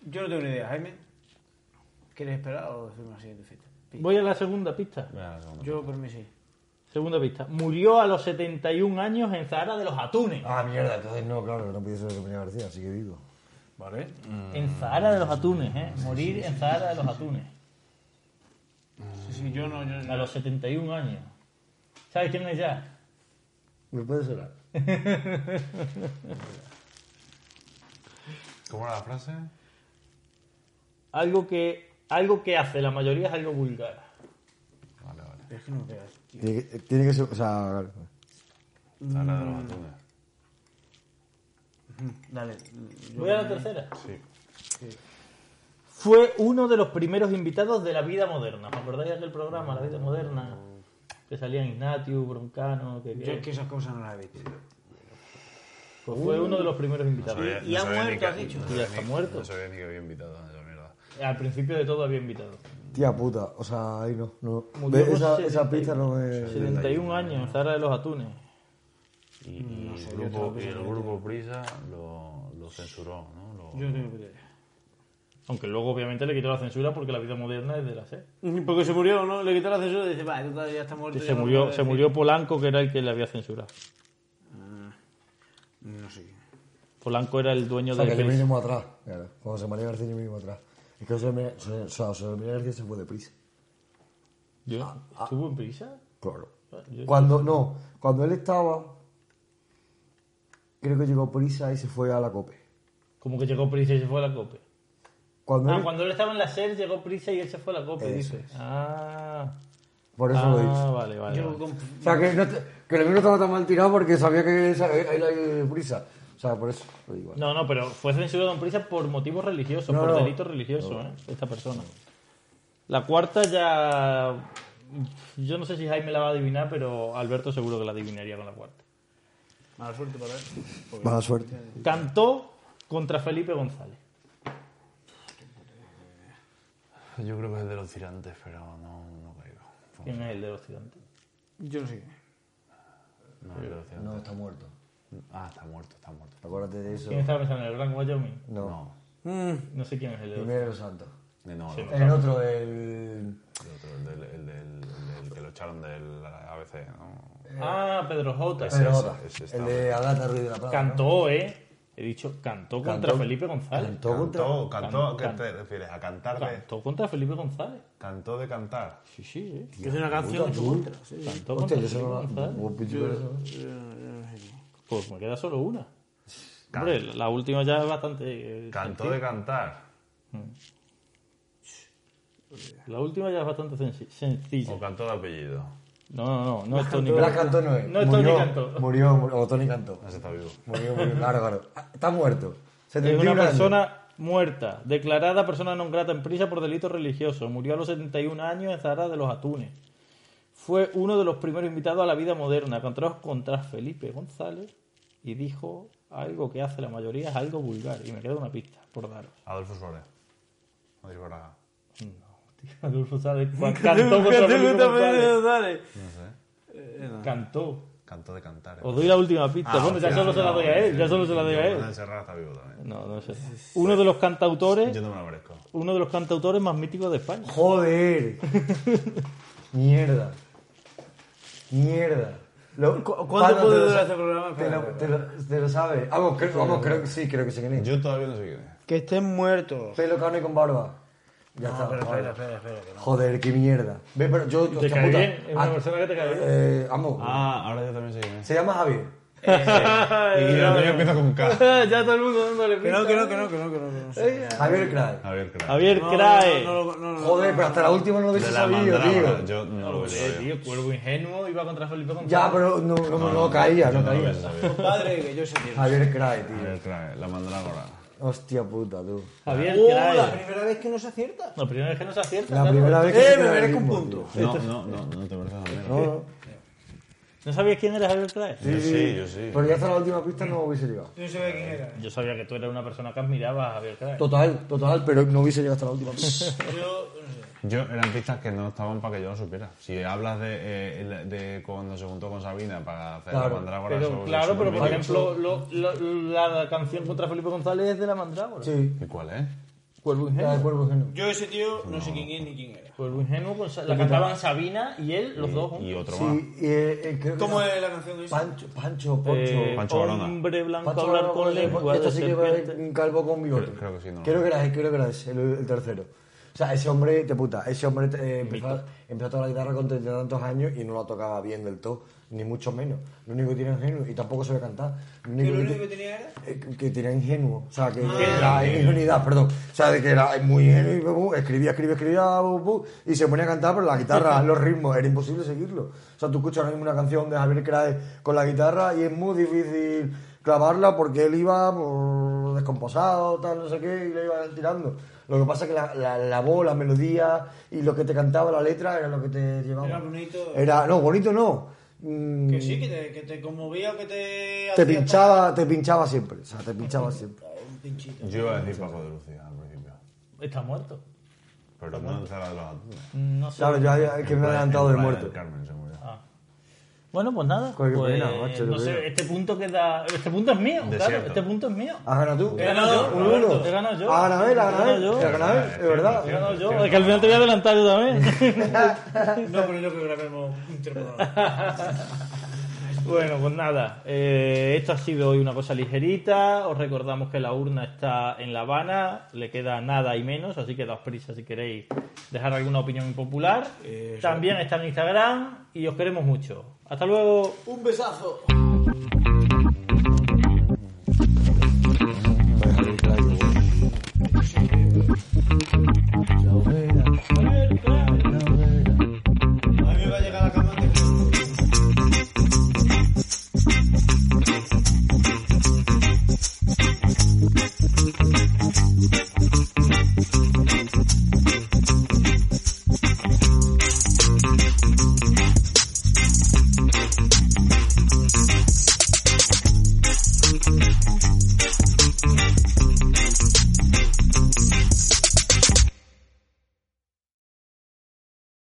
S1: Yo no tengo ni idea, Jaime. ¿Quieres esperar o hacemos la siguiente fiesta? Pi.
S2: Voy a la segunda pista.
S3: Venga, la segunda.
S1: Yo por mí sí.
S2: Segunda pista. Murió a los 71 años en Zahara de los Atunes.
S4: Ah, mierda, entonces no, claro, que no pudiese ser José María García, así que digo.
S1: Vale.
S4: Mm.
S2: En Zahara de los Atunes, ¿eh? Morir en Zahara de los Atunes.
S1: Sí, sí, yo no. Yo,
S2: A los 71 años. ¿Sabes quién es ya?
S4: ¿Me puede sonar?
S3: ¿Cómo era la frase?
S2: Algo que, algo que hace la mayoría es algo vulgar.
S3: Vale, vale.
S1: Es que no veas. tío.
S4: Tiene que, tiene que ser, o sea, claro.
S3: Habla de los atunes.
S1: Dale. yo
S2: Voy a
S1: por
S2: la
S1: mí.
S2: tercera.
S3: Sí.
S2: Fue uno de los primeros invitados de La Vida Moderna. ¿Os acordáis de aquel programa, La Vida Moderna? Que salían Ignatius, Broncano... Que, que-
S1: Yo es que esas cosas no las he visto.
S2: Pues
S4: Uh.
S2: fue uno de los primeros invitados.
S3: Sabía-
S1: y ha
S3: sabía ni
S1: muerto,
S3: que-
S1: has dicho.
S3: no
S2: Y
S3: sabía
S2: ya está
S3: ni-
S2: muerto.
S3: No sabía ni que había invitado a esa mierda.
S2: Al principio de todo había invitado.
S4: Tía puta, o sea, ahí no. no.
S2: Murió
S4: Ve,
S2: con
S4: Esa,
S2: 70
S4: esa pista no me.
S2: 71 años, en Zara de los Atunes.
S3: Y, y el, grupo, y el grupo Prisa lo, lo censuró, ¿no? Lo-
S1: Yo no tengo puta idea.
S2: Aunque luego obviamente le quitó la censura porque La Vida Moderna es de la C.
S1: Porque se murió, ¿no? Le quitó la censura y dice, va, total, ya está muerto.
S2: Que
S1: ya
S2: se
S1: no
S2: murió,
S1: puedo
S2: se
S1: decir".
S2: murió Polanco, que era el que le había censurado.
S1: No sé. quién.
S2: Polanco era el dueño
S4: O sea, que
S2: del
S4: le
S2: Facebook.
S4: mínimo atrás. Claro. Con José María García, yo mínimo atrás. Es que José María, José- o sea, José María García se fue deprisa. Ah,
S2: Yo- ¿Estuvo en prisa?
S4: Claro.
S2: Yo-
S4: Cuando, no, cuando él estaba, creo que llegó prisa y se fue a la COPE.
S2: Como que llegó prisa y se fue a la COPE.
S4: Cuando
S2: Ah,
S4: él-
S2: cuando él estaba en la SER llegó prisa y él se fue a la COPE,
S4: Eso
S2: dice. Ah,
S4: Por eso
S2: ah,
S4: lo he dicho.
S2: vale, vale.
S1: Yo
S2: vale.
S1: con-
S4: O sea, que, no te- que el mío no estaba tan mal tirado porque sabía que esa- él era de prisa. O sea, por eso lo digo.
S2: No, no, pero fue censurado en prisa por motivos religiosos,
S4: No,
S2: por
S4: no.
S2: delitos religiosos, ¿eh? esta persona. La cuarta ya... Yo no sé si Jaime la va a adivinar, pero Alberto seguro que la adivinaría con la cuarta.
S1: Mala suerte para él.
S4: Mala suerte.
S2: Cantó contra Felipe González.
S3: Yo creo que es de los tirantes, pero no, no caigo. Fue-
S2: ¿Quién es el de los tirantes?
S1: Yo no sé.
S3: No, es de los tirantes.
S4: No, está muerto.
S3: Ah, está muerto, está muerto.
S4: Acuérdate de eso.
S2: ¿Quién estaba pensando? ¿En el Gran Wyoming?
S4: No,
S3: No,
S2: No sé quién es el de los
S4: primero los santos.
S3: de no, el
S4: El otro, el.
S3: otro, el del, el del- el del que lo echaron del ABC, ¿no?
S2: Ah, Pedro Jota.
S3: Ese.
S4: Pedro J.
S3: ese está
S4: El de Agata Ruiz de la Plata. ¿no?
S2: Cantó, ¿eh? He dicho, cantó contra
S4: Cantó.
S2: Felipe González.
S4: Cantó contra-
S3: Cantó, cantó, ¿qué
S2: Can-
S3: te refieres? ¿A cantar de...?
S2: Cantó contra Felipe González.
S3: Cantó de cantar.
S2: Sí, sí, ¿eh?
S1: Es una canción en su contra. Sí.
S2: Cantó contra
S4: Hostia, yo
S2: Felipe
S4: solo
S2: González.
S4: no.
S2: Pues me queda solo una. Hombre, la la última ya es bastante. eh,
S3: Cantó de cantar.
S2: senc- La última ya es bastante senc- sencilla.
S3: O cantó de apellido.
S2: No, no, no, no es Tony
S4: Blas
S2: Oh. Cantó.
S4: Cantó no es.
S2: No es
S4: murió,
S2: Tony Cantó.
S4: Murió, murió. O Tony Cantó.
S3: No se está vivo.
S4: Murió, murió. Claro, claro. Ah, Está muerto.
S2: Es
S4: 71
S2: una
S4: años.
S2: persona muerta, declarada persona non grata en prisa por delito religioso. Murió a los 71 años en Zahara de los Atunes. Fue uno de los primeros invitados a la vida moderna, contrajo contra Felipe González y dijo algo que hace la mayoría, es algo vulgar. Y me queda una pista por daros.
S3: Adolfo Suárez. Rodrigo Braga.
S2: Tío, Adolfo González cuan- cantó contra Felipe González.
S3: No sé.
S2: Cantó.
S3: Cantó de cantar.
S2: Os doy la última pista.
S3: Ah,
S2: bueno, ya
S3: hostia,
S2: solo se la doy a él, ya solo se la doy a él.
S3: Manuel Serra está vivo también.
S2: No, no sé. Uno de los cantautores,
S3: Yo no me lo merezco.
S2: uno de los cantautores más míticos de España.
S4: Joder. Mierda. Mierda. Lo-
S1: ¿Cu- cuánto
S4: Pablo,
S1: puede
S4: te lo
S1: durar
S4: sa-
S1: este programa?
S4: Te lo,
S1: Espera,
S4: te lo- te lo sabes. Vamos, creo, vamos, creo que sí, creo que sí que
S3: Yo todavía no sé quién es.
S1: Que estén muertos.
S4: Pelo cano y con barba. Ya está.
S1: Pero
S4: vale.
S1: espera, espera, espera. que no.
S4: Joder, qué mierda. Ve, pero yo.
S2: ¿Te
S4: hostia
S2: cae
S4: puta.
S2: bien? Es una
S4: Ah,
S2: persona que te cae bien.
S4: eh, vamos.
S3: Ah, ahora yo también sé quién es.
S4: Se llama Javier.
S3: Y el apellido empieza con K.
S2: ya todo el mundo dándole
S1: Que no, que no, que no, que no, que no, que no.
S4: Javier Craig.
S3: Javier Crack.
S2: Javier Crae.
S1: No, no, no, no, no.
S4: Joder, pero hasta la última no lo hubiese
S3: De la
S4: sabido,
S3: mandrágora.
S4: tío.
S3: Yo no lo
S2: Joder,
S3: veo.
S2: tío, cuervo ingenuo iba contra Felipe González.
S4: Ya, pero no, no, no, caía, no caía.
S1: Padre, que yo sé quién.
S4: Javier Craig, tío.
S3: Javier Crack, la mandrágora.
S4: Hostia puta, tú.
S2: Javier
S1: Oh,
S2: Crae.
S1: la primera vez que no se acierta.
S2: La primera vez que no se acierta.
S4: La
S2: claro.
S4: primera vez que.
S1: Eh,
S4: se
S1: me
S4: queda el
S1: merezco un
S4: mismo,
S1: punto.
S4: tío.
S3: No, no, no, no te mereces a menos.
S4: No, no.
S2: ¿No sabías quién era Javier Crae?
S3: Yo sí, yo sí.
S4: Pero ya hasta la última pista no hubiese llegado.
S1: Yo no sabía quién era.
S2: Yo sabía que tú eras una persona que admiraba a Javier Crae.
S4: Total, total, pero no hubiese llegado hasta la última pista.
S1: Yo no sé.
S3: Yo eran pistas que no estaban para que yo lo supiera. Si hablas de, eh, el- de cuando se juntó con Sabina para hacer
S4: Claro,
S3: la mandrágora,
S2: Pero
S3: eso-
S2: claro,
S3: eso
S2: pero por
S3: me-
S2: ejemplo, lo- lo- la canción contra Felipe González es de la mandrágora.
S4: Sí,
S3: ¿Y cuál es?
S2: Cuervo
S4: la de
S2: ingenuo.
S4: cuervo ajeno.
S1: Yo ese tío no sé quién es ni quién era.
S2: Cuervo ingenuo, con Sa- la cantaban Sabina y él, los dos
S3: Y
S2: juntos.
S3: otro más.
S4: Sí, y eh, eh, creo que
S1: ¿Cómo
S4: era
S1: es la canción que dice?
S4: Pancho, Pancho, Poncho.
S2: Eh,
S3: Pancho Barona.
S2: hombre blanco
S4: Pancho
S2: hablar
S4: Barona
S2: con
S4: el-
S2: lengua de
S4: Esto sí que va
S2: serpiente.
S4: un calvo con bigote.
S3: Creo- creo que sí, no lo
S4: Creo que era ese, creo que era ese, el, el tercero. O sea, ese hombre, te puta, ese hombre eh, empezó, empezó a tocar la guitarra con treinta y tantos años y no la tocaba bien del todo, ni mucho menos. Lo único que tiene ingenuo, y tampoco sabe cantar. Lo
S1: Que lo único
S4: ti-
S1: que tenía era. Ah.
S4: eh, que tenía ingenuo, o sea, que
S3: Ah.
S4: era ingenuidad, perdón, o sea, de que era muy ingenuo y bu, bu, escribía, escribía, escribía bu, bu, y se ponía a cantar, pero la guitarra, los ritmos, era imposible seguirlo. O sea, tú escuchas ahora mismo una canción de Javier Crae con la guitarra y es muy difícil clavarla porque él iba por descomposado, tal, no sé qué, y le iba tirando. Lo que pasa es que la, la, la voz, la melodía y lo que te cantaba la letra era lo que te llevaba.
S1: Era bonito.
S4: Era, no, bonito no. Mm,
S1: Que sí, que te, que te conmovía o que te.
S4: te
S1: hacía
S4: pinchaba, te pinchaba siempre, o sea, te pinchaba siempre.
S1: tocar Un pinchito.
S3: Yo iba a decir Paco de Lucía al principio.
S2: Está muerto.
S3: Pero no en Zara de los Atunes.
S2: No sé.
S4: Claro, yo había- que me he adelantado
S3: En
S4: del
S3: Playa
S4: muerto.
S3: del Carmen, se murió.
S2: Bueno, pues nada.
S4: Joder, qué
S2: pues,
S4: pena, macho,
S2: no
S4: qué
S2: sé,
S4: pena.
S2: este punto queda. Este punto es mío, claro.
S3: Desierto.
S2: Este punto es mío.
S4: ¿Has ganado tú?
S1: He ganado yo,
S4: ¿Un
S1: Roberto,
S4: uno?
S2: he ganado yo.
S4: ¿Has ganado él? ¿Has
S2: He
S4: ganado él?
S2: ganado yo.
S4: ¿Has ganado él?
S3: Es
S4: ¿De verdad?
S3: cierto,
S2: No,
S3: es
S2: yo,
S3: cierto.
S2: es que al final te voy a adelantar yo también.
S1: No, pero yo que grabemos un programa.
S2: bueno, pues nada. eh, esto ha sido hoy una cosa ligerita. Os recordamos que la urna está en La Habana. Le queda nada y menos, así que daos prisa si queréis dejar alguna opinión impopular. También está en Instagram y os queremos mucho. Hasta luego.
S1: Un besazo.